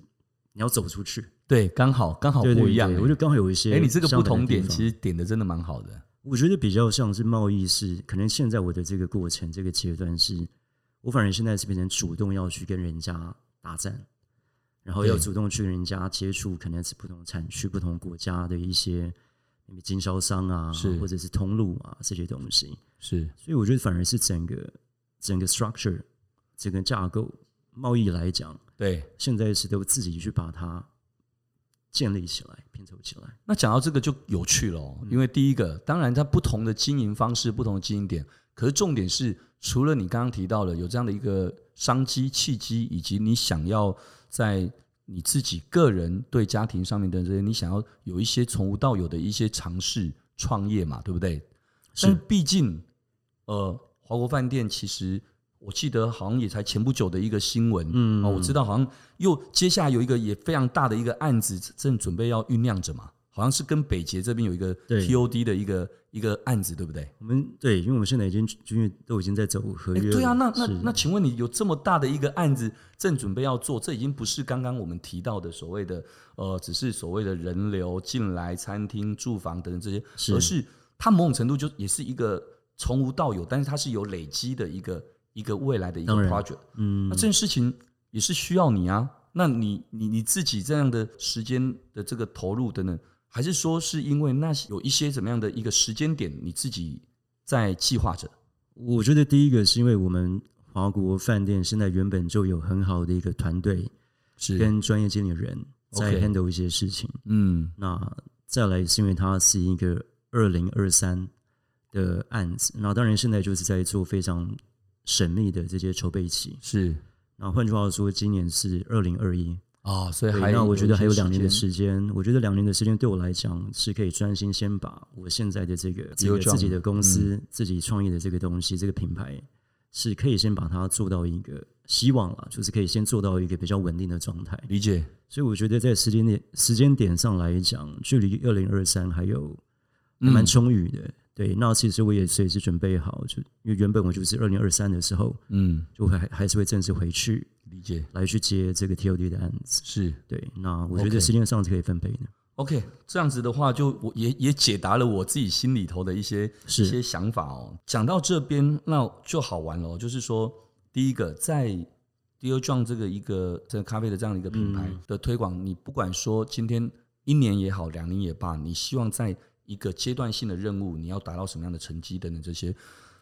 [SPEAKER 2] 你要走出去，
[SPEAKER 1] 对，刚好刚好
[SPEAKER 2] 对
[SPEAKER 1] 不一样
[SPEAKER 2] 对
[SPEAKER 1] 欸。
[SPEAKER 2] 对我觉得刚好有一些，
[SPEAKER 1] 哎，你这个不同点其
[SPEAKER 2] 实
[SPEAKER 1] 实点的真的蛮好的，
[SPEAKER 2] 我觉得比较像是贸易是，可能现在我的这个过程这个阶段是，我反而现在是变成主动要去跟人家打战。然后要
[SPEAKER 1] 对
[SPEAKER 2] 主动去人家接触，可能是不同产区、不同国家的一些经销商啊
[SPEAKER 1] 是，
[SPEAKER 2] 或者是通路啊这些东西。
[SPEAKER 1] 是
[SPEAKER 2] 所以我觉得反而是整个整个 structure 整个架构贸易来讲，
[SPEAKER 1] 对。
[SPEAKER 2] 现在是都自己去把它建立起来、拼凑起来。
[SPEAKER 1] 那讲到这个就有趣了、哦，因为第一个，当然它不同的经营方式、不同的经营点，可是重点是，除了你刚刚提到的有这样的一个商机、契机，以及你想要在你自己个人对家庭上面的这些，你想要有一些从无到有的一些尝试创业嘛，对不对？
[SPEAKER 2] 是
[SPEAKER 1] 但毕竟，呃，华国饭店其实我记得好像也才前不久的一个新闻，
[SPEAKER 2] 嗯
[SPEAKER 1] 哦，我知道好像又接下来有一个也非常大的一个案子正准备要酝酿着嘛，好像是跟北捷这边有一个
[SPEAKER 2] 对
[SPEAKER 1] TOD 的一个一个案子，对不对？
[SPEAKER 2] 我们对，因为我们现在已经因为都已经在走合
[SPEAKER 1] 哎，
[SPEAKER 2] 呃约了，
[SPEAKER 1] 对啊，那那
[SPEAKER 2] 是
[SPEAKER 1] 那，请问你有这么大的一个案子正准备要做，这已经不是刚刚我们提到的所谓的呃，只是所谓的人流进来、餐厅、住房等等这些，
[SPEAKER 2] 是
[SPEAKER 1] 而是它某种程度就也是一个从无到有，但是它是有累积的一个一个未来的一个
[SPEAKER 2] 当然
[SPEAKER 1] project。
[SPEAKER 2] 嗯
[SPEAKER 1] 那，这件事情也是需要你啊。那你你你自己这样的时间的这个投入等等，还是说是因为那些有一些怎么样的一个时间点，你自己在计划着？
[SPEAKER 2] 我觉得第一个是因为我们华国饭店现在原本就有很好的一个团队
[SPEAKER 1] 是，
[SPEAKER 2] 跟专业经理人在
[SPEAKER 1] OK
[SPEAKER 2] handle 一些事情。
[SPEAKER 1] 嗯，
[SPEAKER 2] 那再来是因为它是一个二零二三的案子，那当然现在就是在做非常缜密的这些筹备期。
[SPEAKER 1] 是
[SPEAKER 2] 那换句话说，今年是二零二一，
[SPEAKER 1] 啊、所以
[SPEAKER 2] 对，
[SPEAKER 1] 还
[SPEAKER 2] 那我觉得还有
[SPEAKER 1] 一些
[SPEAKER 2] 两年的
[SPEAKER 1] 间
[SPEAKER 2] 时间，我觉得两年的时间对我来讲是可以专心先把我现在的这个这
[SPEAKER 1] 有
[SPEAKER 2] 个自己
[SPEAKER 1] 种
[SPEAKER 2] 的公司、自己创业的这个东西、这个品牌，是可以先把它做到一个希望啊，就是可以先做到一个比较稳定的状态。
[SPEAKER 1] 理解，
[SPEAKER 2] 所以我觉得在时间点时间点上来讲，距离二零二三还有还
[SPEAKER 1] 嗯
[SPEAKER 2] 蛮充裕的。对，那其实我也随时准备好，就因为原本我就是二零二三的时候，
[SPEAKER 1] 嗯，
[SPEAKER 2] 就会还还是会正式回去
[SPEAKER 1] 理解
[SPEAKER 2] 来去接这个 TOD 的案子。
[SPEAKER 1] 是
[SPEAKER 2] 对，那我觉
[SPEAKER 1] OK
[SPEAKER 2] 得时间上是可以分配的。
[SPEAKER 1] OK。这样子的话，就我也也解答了我自己心里头的一些
[SPEAKER 2] 是
[SPEAKER 1] 一些想法哦。讲到这边，那就好玩了，就是说，第一个在 Dear John 这个一个这个咖啡的这样的一个品牌的推广，你不管说今天一年也好，两年也罢，你希望在一个阶段性的任务，你要达到什么样的成绩等等这些，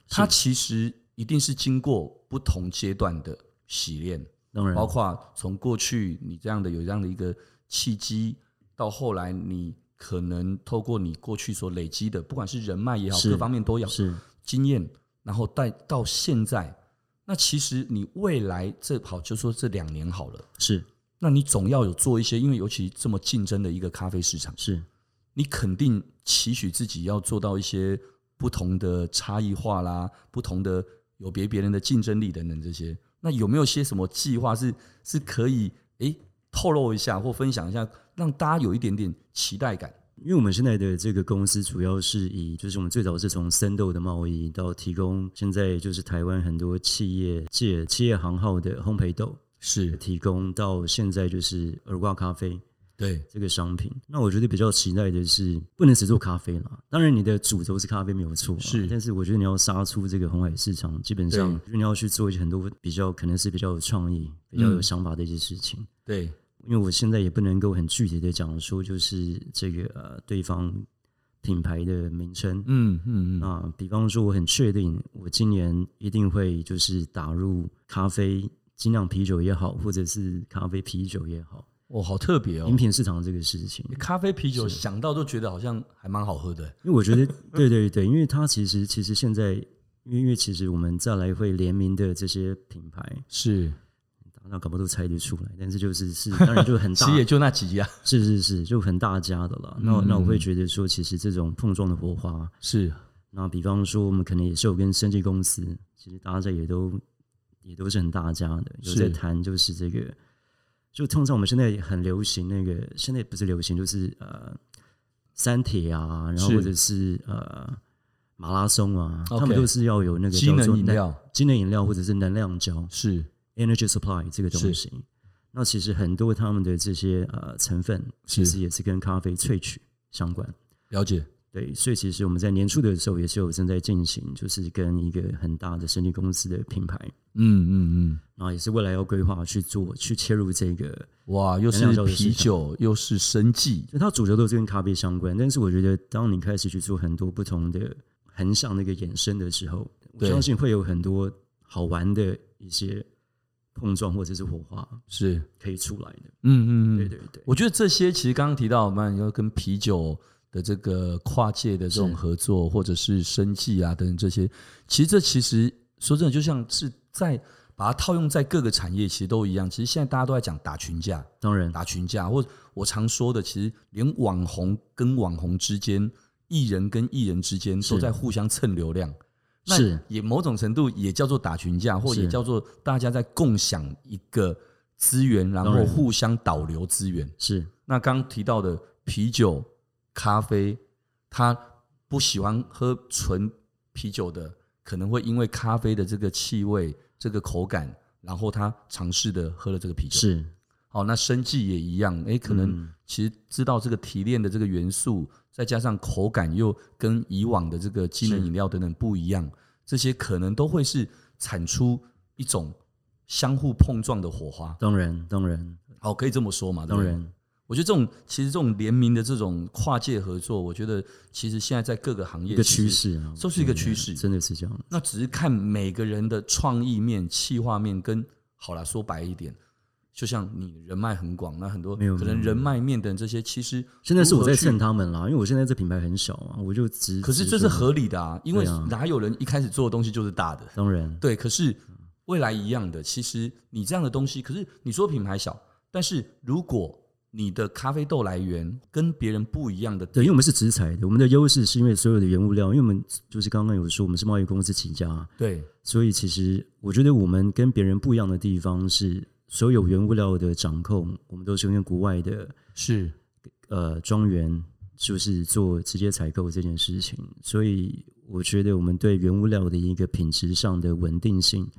[SPEAKER 1] 它其实一定是经过不同阶段的洗练。
[SPEAKER 2] 当然，
[SPEAKER 1] 包括从过去你这样的有这样的一个契机，到后来你可能透过你过去所累积的，不管是人脉也好，
[SPEAKER 2] 是
[SPEAKER 1] 各方面都要
[SPEAKER 2] 是
[SPEAKER 1] 经验，然后带到现在，那其实你未来这好就说这两年好了，
[SPEAKER 2] 是
[SPEAKER 1] 那你总要有做一些，因为尤其这么竞争的一个咖啡市场，
[SPEAKER 2] 是
[SPEAKER 1] 你肯定期许自己要做到一些不同的差异化啦，不同的有别别人的竞争力等等这些。那有没有些什么计划是是可以诶透露一下或分享一下，让大家有一点点期待感？
[SPEAKER 2] 因为我们现在的这个公司主要是以，就是我们最早是从生豆的贸易到提供，现在就是台湾很多企业界企业行号的烘焙豆
[SPEAKER 1] 是
[SPEAKER 2] 提供，到现在就是耳挂咖啡
[SPEAKER 1] 对，
[SPEAKER 2] 这个商品。那我觉得比较期待的是，不能只做咖啡啦，当然你的主轴是咖啡没有错啊、
[SPEAKER 1] 是
[SPEAKER 2] 但是我觉得你要杀出这个红海市场，基本上因为你要去做一些很多比较可能是比较有创意、比较有
[SPEAKER 1] 嗯
[SPEAKER 2] 想法的一些事情。
[SPEAKER 1] 对，
[SPEAKER 2] 因为我现在也不能够很具体的讲说，就是这个呃对方品牌的名称。
[SPEAKER 1] 嗯嗯嗯，
[SPEAKER 2] 那啊比方说，我很确定，我今年一定会就是打入咖啡精酿啤酒也好，或者是咖啡啤酒也好，
[SPEAKER 1] 哦，好特别哦
[SPEAKER 2] 饮！品市场这个事情。
[SPEAKER 1] 咖啡啤酒想到都觉得好像还蛮好喝的，
[SPEAKER 2] 因为我觉得， 对对对，因为它其实其实现在，因为因为其实我们再来会联名的这些品牌，
[SPEAKER 1] 是，
[SPEAKER 2] 那搞不好都猜得出来，但是就是是当然就很
[SPEAKER 1] 其
[SPEAKER 2] 大
[SPEAKER 1] 实也就那几家，
[SPEAKER 2] 是是是，就很大家的了。那那我会觉得说，其实这种碰撞的火花，
[SPEAKER 1] 是
[SPEAKER 2] 那比方说我们可能也是有跟生技公司，其实大家也都也都是很大家的，有
[SPEAKER 1] 是
[SPEAKER 2] 在谈就是这个，就通常我们现在很流行那个，现在不是流行就是呃三铁啊，然后
[SPEAKER 1] 是
[SPEAKER 2] 或者是呃马拉松啊
[SPEAKER 1] OK
[SPEAKER 2] 他们都是要有那个
[SPEAKER 1] 机
[SPEAKER 2] 叫做
[SPEAKER 1] 能饮
[SPEAKER 2] 能、
[SPEAKER 1] 料，
[SPEAKER 2] 机能饮料或者是能量胶，
[SPEAKER 1] 是
[SPEAKER 2] energy supply 这个
[SPEAKER 1] 是
[SPEAKER 2] 东西。那其实很多他们的这些呃成分，其
[SPEAKER 1] 是
[SPEAKER 2] 实也是跟咖啡萃取相关。
[SPEAKER 1] 了解，
[SPEAKER 2] 对，所以其实我们在年初的时候也是有正在进行，就是跟一个很大的生技公司的品牌，
[SPEAKER 1] 嗯嗯嗯。
[SPEAKER 2] 然后也是未来要规划去做去切入这个，
[SPEAKER 1] 哇，又
[SPEAKER 2] 能量
[SPEAKER 1] 是
[SPEAKER 2] 胶的市
[SPEAKER 1] 啤
[SPEAKER 2] 场
[SPEAKER 1] 酒，又是生计，
[SPEAKER 2] 就它主轴都是跟咖啡相关。但是我觉得，当你开始去做很多不同的横向那个衍生的时候，我
[SPEAKER 1] 对
[SPEAKER 2] 相信会有很多好玩的一些碰撞或者是火花
[SPEAKER 1] 是，
[SPEAKER 2] 可以出来的。
[SPEAKER 1] 嗯嗯嗯，
[SPEAKER 2] 对对对，
[SPEAKER 1] 我觉得这些其实刚刚提到，那你要跟啤酒的这个跨界的这种
[SPEAKER 2] 是
[SPEAKER 1] 合作，或者是生计啊等等这些，其实这其实说真的，就像是在把它套用在各个产业，其实都一样。其实现在大家都在讲打群架，
[SPEAKER 2] 当然
[SPEAKER 1] 打群架，或我常说的，其实连网红跟网红之间，艺人跟艺人之间
[SPEAKER 2] 是
[SPEAKER 1] 都在互相蹭流量。那
[SPEAKER 2] 是
[SPEAKER 1] 也某种程度也叫做打群架，或
[SPEAKER 2] 是
[SPEAKER 1] 也叫做大家在共享一个资源，然
[SPEAKER 2] 当
[SPEAKER 1] 后
[SPEAKER 2] 然
[SPEAKER 1] 互相导流资源。
[SPEAKER 2] 是
[SPEAKER 1] 那刚提到的啤酒、咖啡，他不喜欢喝纯啤酒的，可能会因为咖啡的这个气味、这个口感，然后他尝试的喝了这个啤酒。
[SPEAKER 2] 是
[SPEAKER 1] 好，那生计也一样，诶，可能
[SPEAKER 2] 嗯
[SPEAKER 1] 其实知道这个提炼的这个元素，再加上口感又跟以往的这个机能
[SPEAKER 2] 是
[SPEAKER 1] 饮料等等不一样，这些可能都会是产出一种相互碰撞的火花。
[SPEAKER 2] 当然当然
[SPEAKER 1] 好，可以这么说嘛？对不
[SPEAKER 2] 当
[SPEAKER 1] 对
[SPEAKER 2] 然
[SPEAKER 1] 我觉得这种其实这种联名的这种跨界合作，我觉得其实现在在各个行业
[SPEAKER 2] 一个
[SPEAKER 1] 其实
[SPEAKER 2] 趋，势啊，
[SPEAKER 1] 都是一个趋势
[SPEAKER 2] 真的是这样。
[SPEAKER 1] 那只是看每个人的创意面、企划面跟好啦，说白一点，就像你人脉很广，那很多
[SPEAKER 2] 没有
[SPEAKER 1] 可
[SPEAKER 2] 没
[SPEAKER 1] 能
[SPEAKER 2] 有
[SPEAKER 1] 人脉面等这些，其实
[SPEAKER 2] 现在是我在
[SPEAKER 1] 如何去
[SPEAKER 2] 蹭他们啦，因为我现在这品牌很小嘛，我就只
[SPEAKER 1] 可是
[SPEAKER 2] 只
[SPEAKER 1] 这是
[SPEAKER 2] 说
[SPEAKER 1] 合理的啊，因为
[SPEAKER 2] 对啊
[SPEAKER 1] 哪有人一开始做的东西就是大的？
[SPEAKER 2] 当然
[SPEAKER 1] 对，可是未来一样的，其实你这样的东西，可是你说品牌小，但是如果你的咖啡豆来源跟别人不一样的，
[SPEAKER 2] 对，因为我们是直采的，我们的优势是因为所有的原物料，因为我们就是刚刚有说我们是贸易公司起家，
[SPEAKER 1] 对
[SPEAKER 2] 所以其实我觉得我们跟别人不一样的地方是，所有原物料的掌控，我们都是用国外的
[SPEAKER 1] 是
[SPEAKER 2] 呃庄园，就是做直接采购这件事情，所以我觉得我们对原物料的一个品质上的稳定性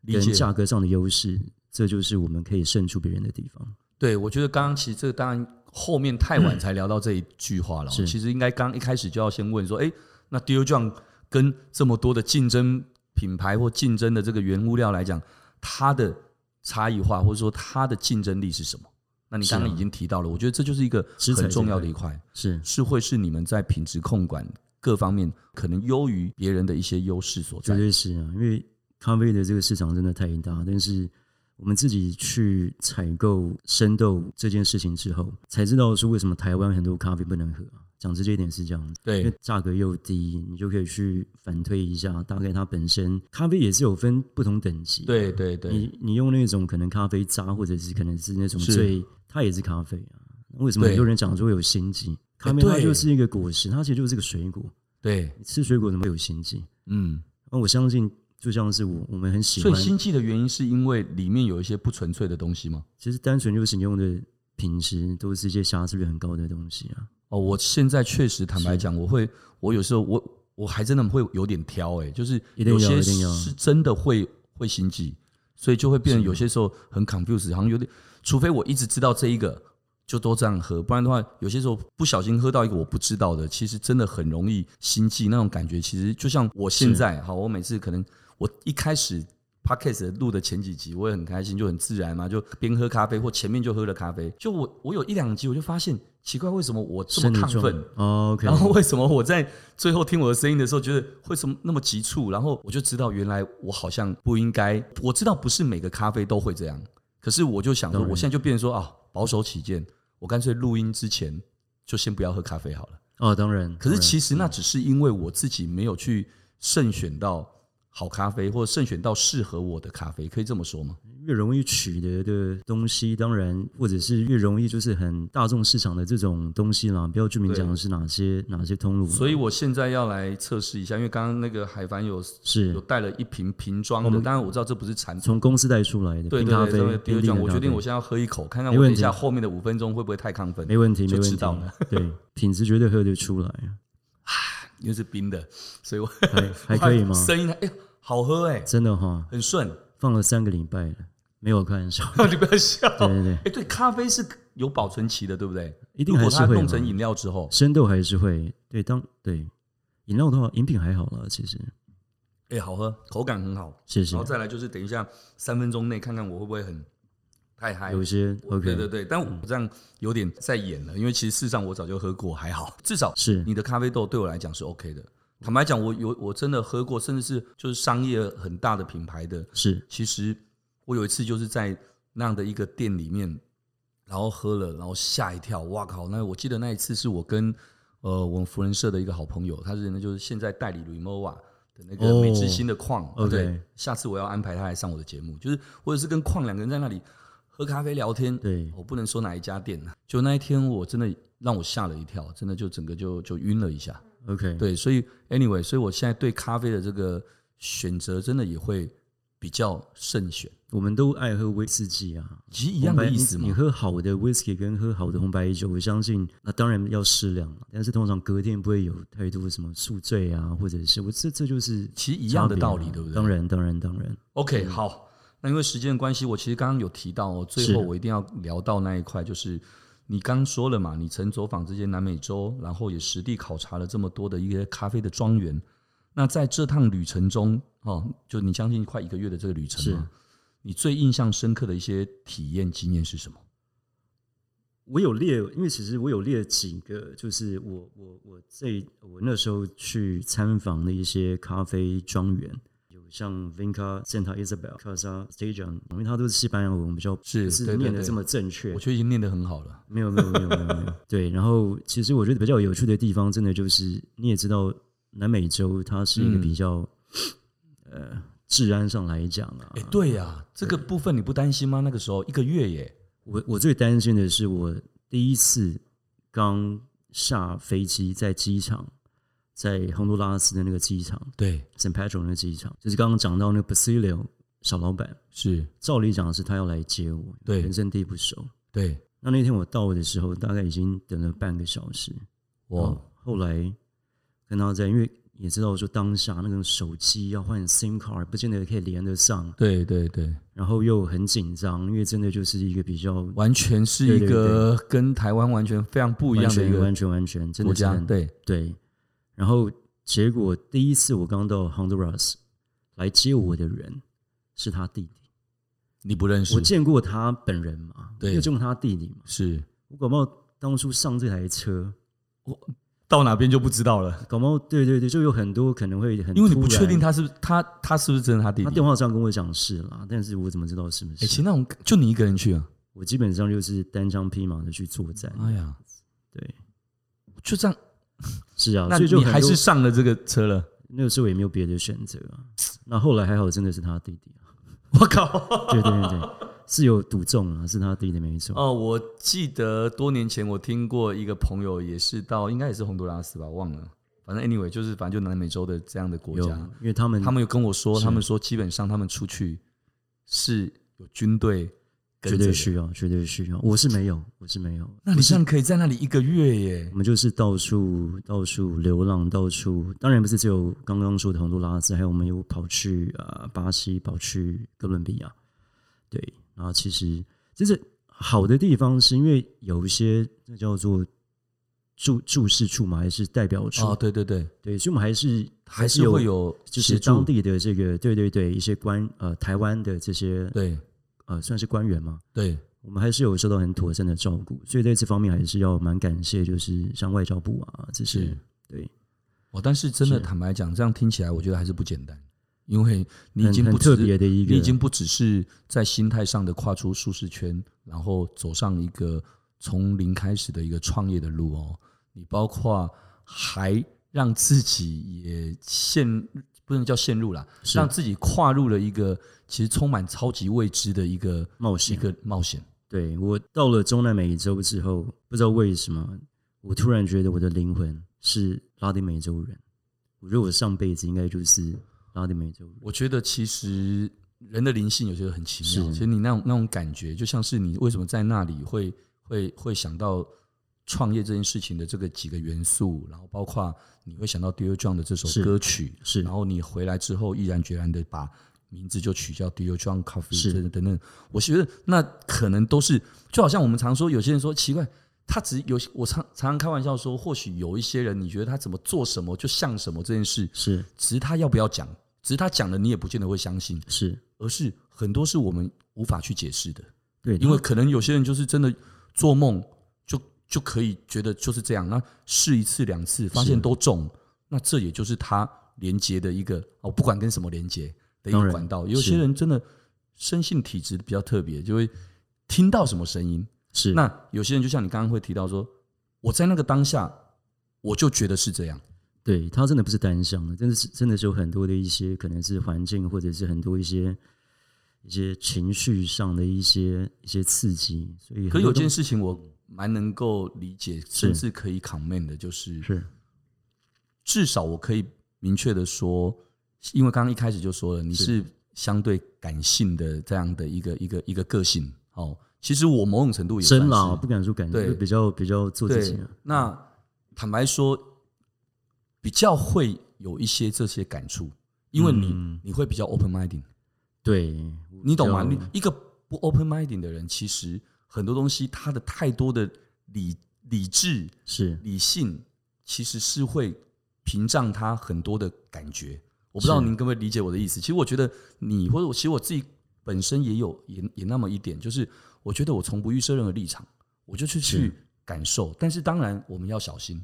[SPEAKER 1] 理
[SPEAKER 2] 跟
[SPEAKER 1] 解
[SPEAKER 2] 价格上的优势，这就是我们可以胜出别人的地方。
[SPEAKER 1] 对，我觉得刚刚其实这个当然后面太晚才聊到这一句话了哦，
[SPEAKER 2] 嗯是
[SPEAKER 1] 其实应该刚一开始就要先问说，哎，那 d o John 跟这么多的竞争品牌或竞争的这个原物料来讲，它的差异化或者说它的竞争力是什么？那你刚刚
[SPEAKER 2] 是啊
[SPEAKER 1] 已经提到了，我觉得这就是一个
[SPEAKER 2] 食材
[SPEAKER 1] 很重要的
[SPEAKER 2] 这
[SPEAKER 1] 一块，
[SPEAKER 2] 是
[SPEAKER 1] 是会是你们在品质控管各方面可能优于别人的一些优势所
[SPEAKER 2] 绝
[SPEAKER 1] 在。
[SPEAKER 2] 对是啊，因为咖啡的这个市场真的太大，但是我们自己去采购生豆这件事情之后，才知道说为什么台湾很多咖啡不能喝啊。讲直接一点是这样，因
[SPEAKER 1] 对
[SPEAKER 2] 为价格又低，你就可以去反推一下，大概它本身咖啡也是有分不同等级。，
[SPEAKER 1] 对对对，
[SPEAKER 2] 你你用那种可能咖啡渣，或者是可能是那种
[SPEAKER 1] 是
[SPEAKER 2] 最，它也是咖啡啊。为什么
[SPEAKER 1] 对
[SPEAKER 2] 很多人讲说有心机？咖啡
[SPEAKER 1] 对
[SPEAKER 2] 它就是一个果实，它其实就是个水果。
[SPEAKER 1] 对，
[SPEAKER 2] 你吃水果怎么会有心机？
[SPEAKER 1] 嗯。
[SPEAKER 2] 那我相信，就像是我我们很喜
[SPEAKER 1] 所
[SPEAKER 2] 欢
[SPEAKER 1] 以，心悸的原因是因为里面有一些不纯粹的东西吗？
[SPEAKER 2] 其实单纯就是你用的品质都是一些瑕疵率很高的东西啊。
[SPEAKER 1] 哦，我现在确实坦白讲，我会，我有时候我我还真的会有点挑哎、就是
[SPEAKER 2] 一定
[SPEAKER 1] 有
[SPEAKER 2] 要
[SPEAKER 1] 些
[SPEAKER 2] 一定要
[SPEAKER 1] 是真的会会心悸，所以就会变成有些时候很 confused，好像有点，除非我一直知道这一个就都这样喝，不然的话，有些时候不小心喝到一个我不知道的，其实真的很容易心悸那种感觉。其实就像我现
[SPEAKER 2] 是
[SPEAKER 1] 在，好，我每次可能我一开始 podcast 录的前几集，我也很开心，就很自然嘛，就边喝咖啡或前面就喝了咖啡。就我我有一两集，我就发现奇怪，为什么我这么
[SPEAKER 2] 生理
[SPEAKER 1] 亢
[SPEAKER 2] 状
[SPEAKER 1] 奋？
[SPEAKER 2] 哦，OK，
[SPEAKER 1] 然后为什么我在最后听我的声音的时候，觉得为什么那么急促？然后我就知道，原来我好像不应该。我知道不是每个咖啡都会这样，可是我就想说，
[SPEAKER 2] 当然
[SPEAKER 1] 我现在就变成说啊，保守起见，我干脆录音之前就先不要喝咖啡好了。
[SPEAKER 2] 哦，当然。
[SPEAKER 1] 可是
[SPEAKER 2] 当然
[SPEAKER 1] 其实那只是因为我自己没有去慎选到好咖啡，或者慎选到适合我的咖啡，可以这么说吗？
[SPEAKER 2] 越容易取得的东西，当然或者是越容易就是很大众市场的这种东西啦，不要具名
[SPEAKER 1] 对
[SPEAKER 2] 讲的是哪些哪些通路啦。
[SPEAKER 1] 所以我现在要来测试一下，因为刚刚那个海帆有有
[SPEAKER 2] 是
[SPEAKER 1] 带了一瓶瓶装的，当然我知道这不是产品。
[SPEAKER 2] 从公司带出来的
[SPEAKER 1] 对
[SPEAKER 2] 冰
[SPEAKER 1] 对
[SPEAKER 2] 咖
[SPEAKER 1] 对，这
[SPEAKER 2] 啡，
[SPEAKER 1] 位第二
[SPEAKER 2] 冰
[SPEAKER 1] 讲，
[SPEAKER 2] 的
[SPEAKER 1] 我
[SPEAKER 2] 咖
[SPEAKER 1] 决定
[SPEAKER 2] 啡
[SPEAKER 1] 我现在要喝一口，看看
[SPEAKER 2] 没
[SPEAKER 1] 我等
[SPEAKER 2] 问
[SPEAKER 1] 一
[SPEAKER 2] 题
[SPEAKER 1] 下后面的五分钟会不会太亢奋。
[SPEAKER 2] 没问题，
[SPEAKER 1] 就
[SPEAKER 2] 没
[SPEAKER 1] 知
[SPEAKER 2] 问题
[SPEAKER 1] 道了，
[SPEAKER 2] 对，品质绝对喝得出来啊，
[SPEAKER 1] 因为是冰的，所 以我
[SPEAKER 2] 还还可以吗？
[SPEAKER 1] 声音还哎、好喝哎、
[SPEAKER 2] 真的哈，
[SPEAKER 1] 很顺。
[SPEAKER 2] 放了三个礼拜了，没有开玩笑，
[SPEAKER 1] 你不要笑。
[SPEAKER 2] 对对对
[SPEAKER 1] 哎、。对，咖啡是有保存期的，对不对？
[SPEAKER 2] 一定
[SPEAKER 1] 如
[SPEAKER 2] 还
[SPEAKER 1] 果
[SPEAKER 2] 是
[SPEAKER 1] 它
[SPEAKER 2] 会啊
[SPEAKER 1] 弄
[SPEAKER 2] 嘛
[SPEAKER 1] 成饮料之后，
[SPEAKER 2] 生豆还是会对当对饮料的话，饮品还好了，其实
[SPEAKER 1] 哎、好喝，口感很好。
[SPEAKER 2] 谢谢
[SPEAKER 1] 然后再来就是等一下三分钟内看看我会不会很太嗨。
[SPEAKER 2] 有些 OK
[SPEAKER 1] 对对对，但我这样有点在演了，因为其实事实上我早就喝过，还好，至少
[SPEAKER 2] 是
[SPEAKER 1] 你的咖啡豆对我来讲是 OK 的。坦白讲，我有我真的喝过，甚至是就是商业很大的品牌的，
[SPEAKER 2] 是
[SPEAKER 1] 其实我有一次就是在那样的一个店里面，然后喝了，然后吓一跳，哇靠！那我记得那一次是我跟呃我们福人社的一个好朋友，他是那就是现在代理 Remova 的那个
[SPEAKER 2] 哦
[SPEAKER 1] 美之星的矿、
[SPEAKER 2] OK
[SPEAKER 1] 对，下次我要安排他来上我的节目，就是或者是跟矿两个人在那里喝咖啡聊天，
[SPEAKER 2] 对
[SPEAKER 1] 我不能说哪一家店啊，就那一天我真的让我吓了一跳，真的就整个就就晕了一下，
[SPEAKER 2] OK
[SPEAKER 1] 对，所以 anyway，所以我现在对咖啡的这个选择真的也会比较慎选，
[SPEAKER 2] 我们都爱喝威士忌啊，
[SPEAKER 1] 其实一
[SPEAKER 2] 一
[SPEAKER 1] 样的意思
[SPEAKER 2] 你
[SPEAKER 1] 嘛。
[SPEAKER 2] 喝好的威士忌跟喝好的红白酒，我相信那、当然要适量了，但是通常隔天不会有太多什么宿醉啊，或者是我这这就是
[SPEAKER 1] 其实一样的
[SPEAKER 2] 差别啊
[SPEAKER 1] 道理对不对
[SPEAKER 2] 当然当然当然
[SPEAKER 1] OK，好，
[SPEAKER 2] 嗯
[SPEAKER 1] 那因为时间的关系，我其实刚刚有提到哦，最
[SPEAKER 2] 是
[SPEAKER 1] 后我一定要聊到那一块，就是你刚说了嘛，你曾走访这些南美洲，然后也实地考察了这么多的一些咖啡的庄园。那在这趟旅程中，哦，就你将近快一个月的这个旅程嘛，你最印象深刻的一些体验经验是什么？
[SPEAKER 2] 我有列，因为其实我有列几个，就是我我我这我那时候去参访的一些咖啡庄园，有像 Vinca Santa Isabel、Casa Station，因为它都是西班牙文，我们比较
[SPEAKER 1] 是对对
[SPEAKER 2] 不是念的
[SPEAKER 1] 对
[SPEAKER 2] 这么正确
[SPEAKER 1] 我。觉得已经念得很好了，
[SPEAKER 2] 没有没有没有没有没有。对，然后其实我觉得比较有趣的地方，真的就是你也知道，南美洲它是一个
[SPEAKER 1] 嗯
[SPEAKER 2] 比较、呃治安上来讲啊，啊
[SPEAKER 1] 哎、对呀、这个部分你不担心吗？那个时候一个月耶，
[SPEAKER 2] 我我最担心的是，我第一次刚下飞机在机场，在洪都拉斯的那个机场
[SPEAKER 1] 对，
[SPEAKER 2] ，San Pedro 那个机场，就是刚刚讲到那个 Basilio 小老板，
[SPEAKER 1] 是，
[SPEAKER 2] 照理讲是他要来接我，
[SPEAKER 1] 对
[SPEAKER 2] 人生地不熟。
[SPEAKER 1] 对，
[SPEAKER 2] 那那天我到的时候，大概已经等了半个小时。
[SPEAKER 1] 哇，
[SPEAKER 2] 后后来跟他在，因为也知道说当下那个手机要换 SIM 卡，不见得可以连得上，
[SPEAKER 1] 对对对，
[SPEAKER 2] 然后又很紧张，因为真的就是一个比较
[SPEAKER 1] 完全是一
[SPEAKER 2] 对对
[SPEAKER 1] 个跟台湾完全非常不一样的一
[SPEAKER 2] 完
[SPEAKER 1] 个
[SPEAKER 2] 全完全完全真
[SPEAKER 1] 国
[SPEAKER 2] 的是
[SPEAKER 1] 家，
[SPEAKER 2] 很
[SPEAKER 1] 对，
[SPEAKER 2] 对。然后结果第一次我刚到 Honduras 来接我的人是他弟弟，
[SPEAKER 1] 你不认识
[SPEAKER 2] 我，见过他本人嘛，
[SPEAKER 1] 对
[SPEAKER 2] 我有见过他弟弟嘛，
[SPEAKER 1] 是
[SPEAKER 2] 我搞不好当初上这台车，
[SPEAKER 1] 到哪边就不知道了，
[SPEAKER 2] 搞不好对对对，就有很多可能会很
[SPEAKER 1] 因为你不
[SPEAKER 2] 突然
[SPEAKER 1] 确定他是不是他他是不是真的他弟
[SPEAKER 2] 他
[SPEAKER 1] 弟
[SPEAKER 2] 电。话上跟我讲是啦，但是我怎么知道是不
[SPEAKER 1] 哎，其
[SPEAKER 2] 是？
[SPEAKER 1] 实那种就你一个人去啊，
[SPEAKER 2] 我基本上就是单枪匹马的去作战。
[SPEAKER 1] 哎呀，
[SPEAKER 2] 对，
[SPEAKER 1] 就这样，
[SPEAKER 2] 是啊，
[SPEAKER 1] 那
[SPEAKER 2] 所以就
[SPEAKER 1] 你
[SPEAKER 2] 很
[SPEAKER 1] 还
[SPEAKER 2] 多
[SPEAKER 1] 是上了这个车了。
[SPEAKER 2] 那个时候也没有别的选择啊。那后来还好，真的是他弟弟啊。
[SPEAKER 1] 我靠！
[SPEAKER 2] 对对对对，是有赌中啊，是他弟弟没错。
[SPEAKER 1] 哦，我记得多年前我听过一个朋友，也是到应该也是洪都拉斯吧，忘了。反正 anyway 就是反正就南美洲的这样的国
[SPEAKER 2] 有
[SPEAKER 1] 家，，
[SPEAKER 2] 因为他们
[SPEAKER 1] 他们有跟我说，
[SPEAKER 2] 是
[SPEAKER 1] 他们说基本上他们出去是有军队
[SPEAKER 2] 绝
[SPEAKER 1] 跟着
[SPEAKER 2] 对
[SPEAKER 1] 的。
[SPEAKER 2] 需要，绝对需要。我是没有，我是没有。
[SPEAKER 1] 那你这样可以在那里一个月耶
[SPEAKER 2] 我？们就是到处到处流浪，到处当然不是只有刚刚说的洪都拉斯，还有我们有跑去呃巴西，跑去哥伦比亚，对，然后其实就是好的地方是因为有一些那叫做注注视处嘛，还是代表处，
[SPEAKER 1] 哦，对对对，
[SPEAKER 2] 对，所以我们还是
[SPEAKER 1] 还
[SPEAKER 2] 是
[SPEAKER 1] 是会有
[SPEAKER 2] 就是
[SPEAKER 1] 协
[SPEAKER 2] 当
[SPEAKER 1] 助。
[SPEAKER 2] 地的这个对对对一些官呃台湾的这些
[SPEAKER 1] 对
[SPEAKER 2] 呃算是官员嘛，
[SPEAKER 1] 对，
[SPEAKER 2] 我们还是有受到很妥善的照顾，所以在这方面还是要蛮感谢，就是像外交部啊这些
[SPEAKER 1] 是，
[SPEAKER 2] 对，
[SPEAKER 1] 哦，但是真的
[SPEAKER 2] 是
[SPEAKER 1] 坦白讲，这样听起来我觉得还是不简单，因为你已
[SPEAKER 2] 很
[SPEAKER 1] 经
[SPEAKER 2] 很
[SPEAKER 1] 不
[SPEAKER 2] 特
[SPEAKER 1] 只
[SPEAKER 2] 别的一个，
[SPEAKER 1] 你已经不只是在心态上的跨出舒适圈，然后走上一个从零开始的一个创业的路哦。你包括还让自己也陷，不能叫陷入啦，
[SPEAKER 2] 是
[SPEAKER 1] 让自己跨入了一个其实充满超级未知的一个
[SPEAKER 2] 冒
[SPEAKER 1] 一
[SPEAKER 2] 险。
[SPEAKER 1] 个冒险。
[SPEAKER 2] 对我到了中南美洲之后，不知道为什么，我突然觉得我的灵魂是拉丁美洲人，我觉得我上辈子应该就是拉丁美洲人。
[SPEAKER 1] 我觉得其实人的灵性有些很奇妙，
[SPEAKER 2] 是
[SPEAKER 1] 其实你那种那种感觉，就像是你为什么在那里会会会想到创业这件事情的这个几个元素，然后包括你会想到 Dear John 的这首
[SPEAKER 2] 是
[SPEAKER 1] 歌曲，
[SPEAKER 2] 是
[SPEAKER 1] 然后你回来之后毅然决然的把名字就取叫 Dear John Coffee
[SPEAKER 2] 是
[SPEAKER 1] 等等等等，我觉得那可能都是就好像我们常说有些人说奇怪。他只有我常常常开玩笑说，或许有一些人，你觉得他怎么做什么就像什么这件事，
[SPEAKER 2] 是
[SPEAKER 1] 只是他要不要讲，只是他讲了你也不见得会相信，
[SPEAKER 2] 是，
[SPEAKER 1] 而是很多是我们无法去解释的，
[SPEAKER 2] 对，
[SPEAKER 1] 因为可能有些人就是真的做梦就就可以觉得就是这样，那试一次两次发现都中，那这也就是他连接的一个哦，不管跟什么连接的一
[SPEAKER 2] 当
[SPEAKER 1] 个
[SPEAKER 2] 然
[SPEAKER 1] 管道。有
[SPEAKER 2] 是
[SPEAKER 1] 些人真的生性体质比较特别，就会听到什么声音，
[SPEAKER 2] 是
[SPEAKER 1] 那有些人就像你刚刚会提到说，我在那个当下我就觉得是这样。
[SPEAKER 2] 对他真的不是单向的，真的是真的是有很多的一些可能是环境，或者是很多一些一些情绪上的一些一些刺激，所以
[SPEAKER 1] 可
[SPEAKER 2] 很
[SPEAKER 1] 有
[SPEAKER 2] 多
[SPEAKER 1] 件
[SPEAKER 2] 东
[SPEAKER 1] 事情我蛮能够理解，甚至可以 comment 的，就是
[SPEAKER 2] 是
[SPEAKER 1] 至少我可以明确的说，因为刚刚一开始就说了，你是相对感性的这样的一个一个一个个性。哦，其实我某种程度也算
[SPEAKER 2] 真
[SPEAKER 1] 是
[SPEAKER 2] 啦，不敢说感觉
[SPEAKER 1] 对
[SPEAKER 2] 就比较比较做自己
[SPEAKER 1] 对
[SPEAKER 2] 啊，。
[SPEAKER 1] 那坦白说，比较会有一些这些感触，因为你、
[SPEAKER 2] 嗯
[SPEAKER 1] 你会比较 open minded，
[SPEAKER 2] 对，
[SPEAKER 1] 你懂吗？
[SPEAKER 2] 比
[SPEAKER 1] 你
[SPEAKER 2] 较
[SPEAKER 1] 一个不 open minded 的人，其实很多东西他的太多的理理智
[SPEAKER 2] 是
[SPEAKER 1] 理性其实是会屏障他很多的感觉。我不知道
[SPEAKER 2] 是
[SPEAKER 1] 您可不可以理解我的意思？其实我觉得你或者我，其实我自己本身也有也也那么一点，就是我觉得我从不预设任何立场，我就去去感受。但是当然我们要小心，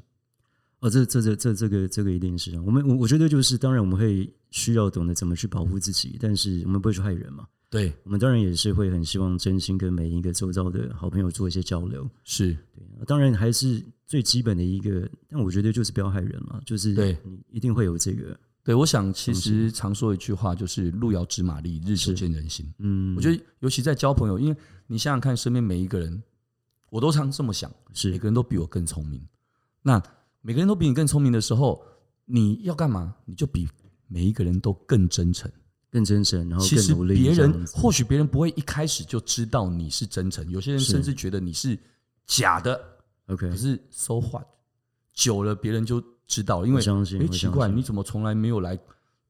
[SPEAKER 2] 哦，这这这这这个这个一定是我们我我觉得就是，当然我们会需要懂得怎么去保护自己，但是我们不会去害人嘛。
[SPEAKER 1] 对，
[SPEAKER 2] 我们当然也是会很希望真心跟每一个周遭的好朋友做一些交流。
[SPEAKER 1] 是
[SPEAKER 2] 对，当然还是最基本的一个，但我觉得就是不要害人嘛，就是
[SPEAKER 1] 对
[SPEAKER 2] 你一定会有这个，
[SPEAKER 1] 对。我想其实常说一句话，就是路遥知马力，日久见人心。
[SPEAKER 2] 嗯，
[SPEAKER 1] 我觉得尤其在交朋友，因为你想想看，身边每一个人，我都常这么想，每
[SPEAKER 2] 是
[SPEAKER 1] 个人都比我更聪明。那每个人都比你更聪明的时候，你要干嘛？你就比每一个人都更真诚。
[SPEAKER 2] 更真诚，然后
[SPEAKER 1] 其
[SPEAKER 2] 更
[SPEAKER 1] 实
[SPEAKER 2] 努力。
[SPEAKER 1] 别
[SPEAKER 2] 这样
[SPEAKER 1] 人
[SPEAKER 2] 子
[SPEAKER 1] 或许别人不会一开始就知道你是真诚，有些人
[SPEAKER 2] 是
[SPEAKER 1] 甚至觉得你是假的。
[SPEAKER 2] OK，
[SPEAKER 1] 可是 so what，久了别人就知道了，因为
[SPEAKER 2] 我相信
[SPEAKER 1] 哎
[SPEAKER 2] 我
[SPEAKER 1] 奇
[SPEAKER 2] 相
[SPEAKER 1] 怪，
[SPEAKER 2] 信
[SPEAKER 1] 你怎么从来没有来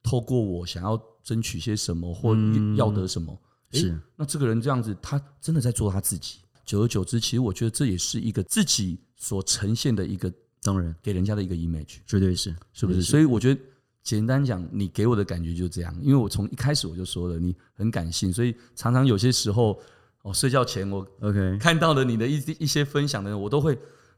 [SPEAKER 1] 透过我想要争取些什么或
[SPEAKER 2] 嗯
[SPEAKER 1] 要得什么？诶
[SPEAKER 2] 是
[SPEAKER 1] 那这个人这样子，他真的在做他自己。久而久之，其实我觉得这也是一个自己所呈现的一个
[SPEAKER 2] 当然，
[SPEAKER 1] 给人家的一个 image，
[SPEAKER 2] 绝对是，
[SPEAKER 1] 是不是？所以我觉得简单讲，你给我的感觉就是这样。因为我从一开始我就说了，你很感性，所以常常有些时候，哦，睡觉前我
[SPEAKER 2] OK，
[SPEAKER 1] 看到了你的一一些分享的，我都会，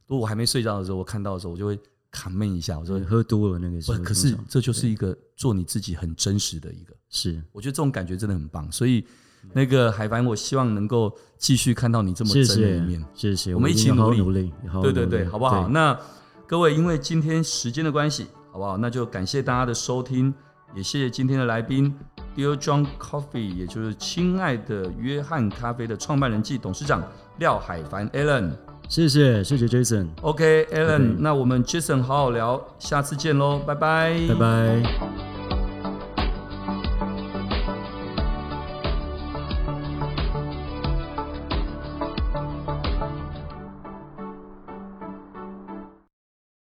[SPEAKER 1] 如果我还没睡觉的时候，我看到的时候，我就会 comment 一下，我说
[SPEAKER 2] 对，喝多了那个时
[SPEAKER 1] 不
[SPEAKER 2] 候
[SPEAKER 1] 嗯是，
[SPEAKER 2] 通常，
[SPEAKER 1] 可是这就是一个做你自己很真实的一个，
[SPEAKER 2] 是
[SPEAKER 1] 我觉得这种感觉真的很棒。所以那个海凡，我希望能够继续看到你这么
[SPEAKER 2] 谢
[SPEAKER 1] 真的一
[SPEAKER 2] 谢
[SPEAKER 1] 面。
[SPEAKER 2] 谢谢，
[SPEAKER 1] 我们一
[SPEAKER 2] 定
[SPEAKER 1] 起
[SPEAKER 2] 要好好
[SPEAKER 1] 努力
[SPEAKER 2] 努力，好好
[SPEAKER 1] 对对
[SPEAKER 2] 努
[SPEAKER 1] 对，
[SPEAKER 2] 力
[SPEAKER 1] 好不好？？那各位，因为今天时间的关系，好不好？那就感谢大家的收听，也谢谢今天的来宾，Dear John Coffee，也就是亲爱的约翰咖啡的创办人暨董事长廖海凡 Alan。
[SPEAKER 2] 谢谢谢谢 Jason，
[SPEAKER 1] OK，Alan，、
[SPEAKER 2] OK
[SPEAKER 1] 那我们 Jason 好好聊，下次见喽，拜拜，
[SPEAKER 2] 拜拜。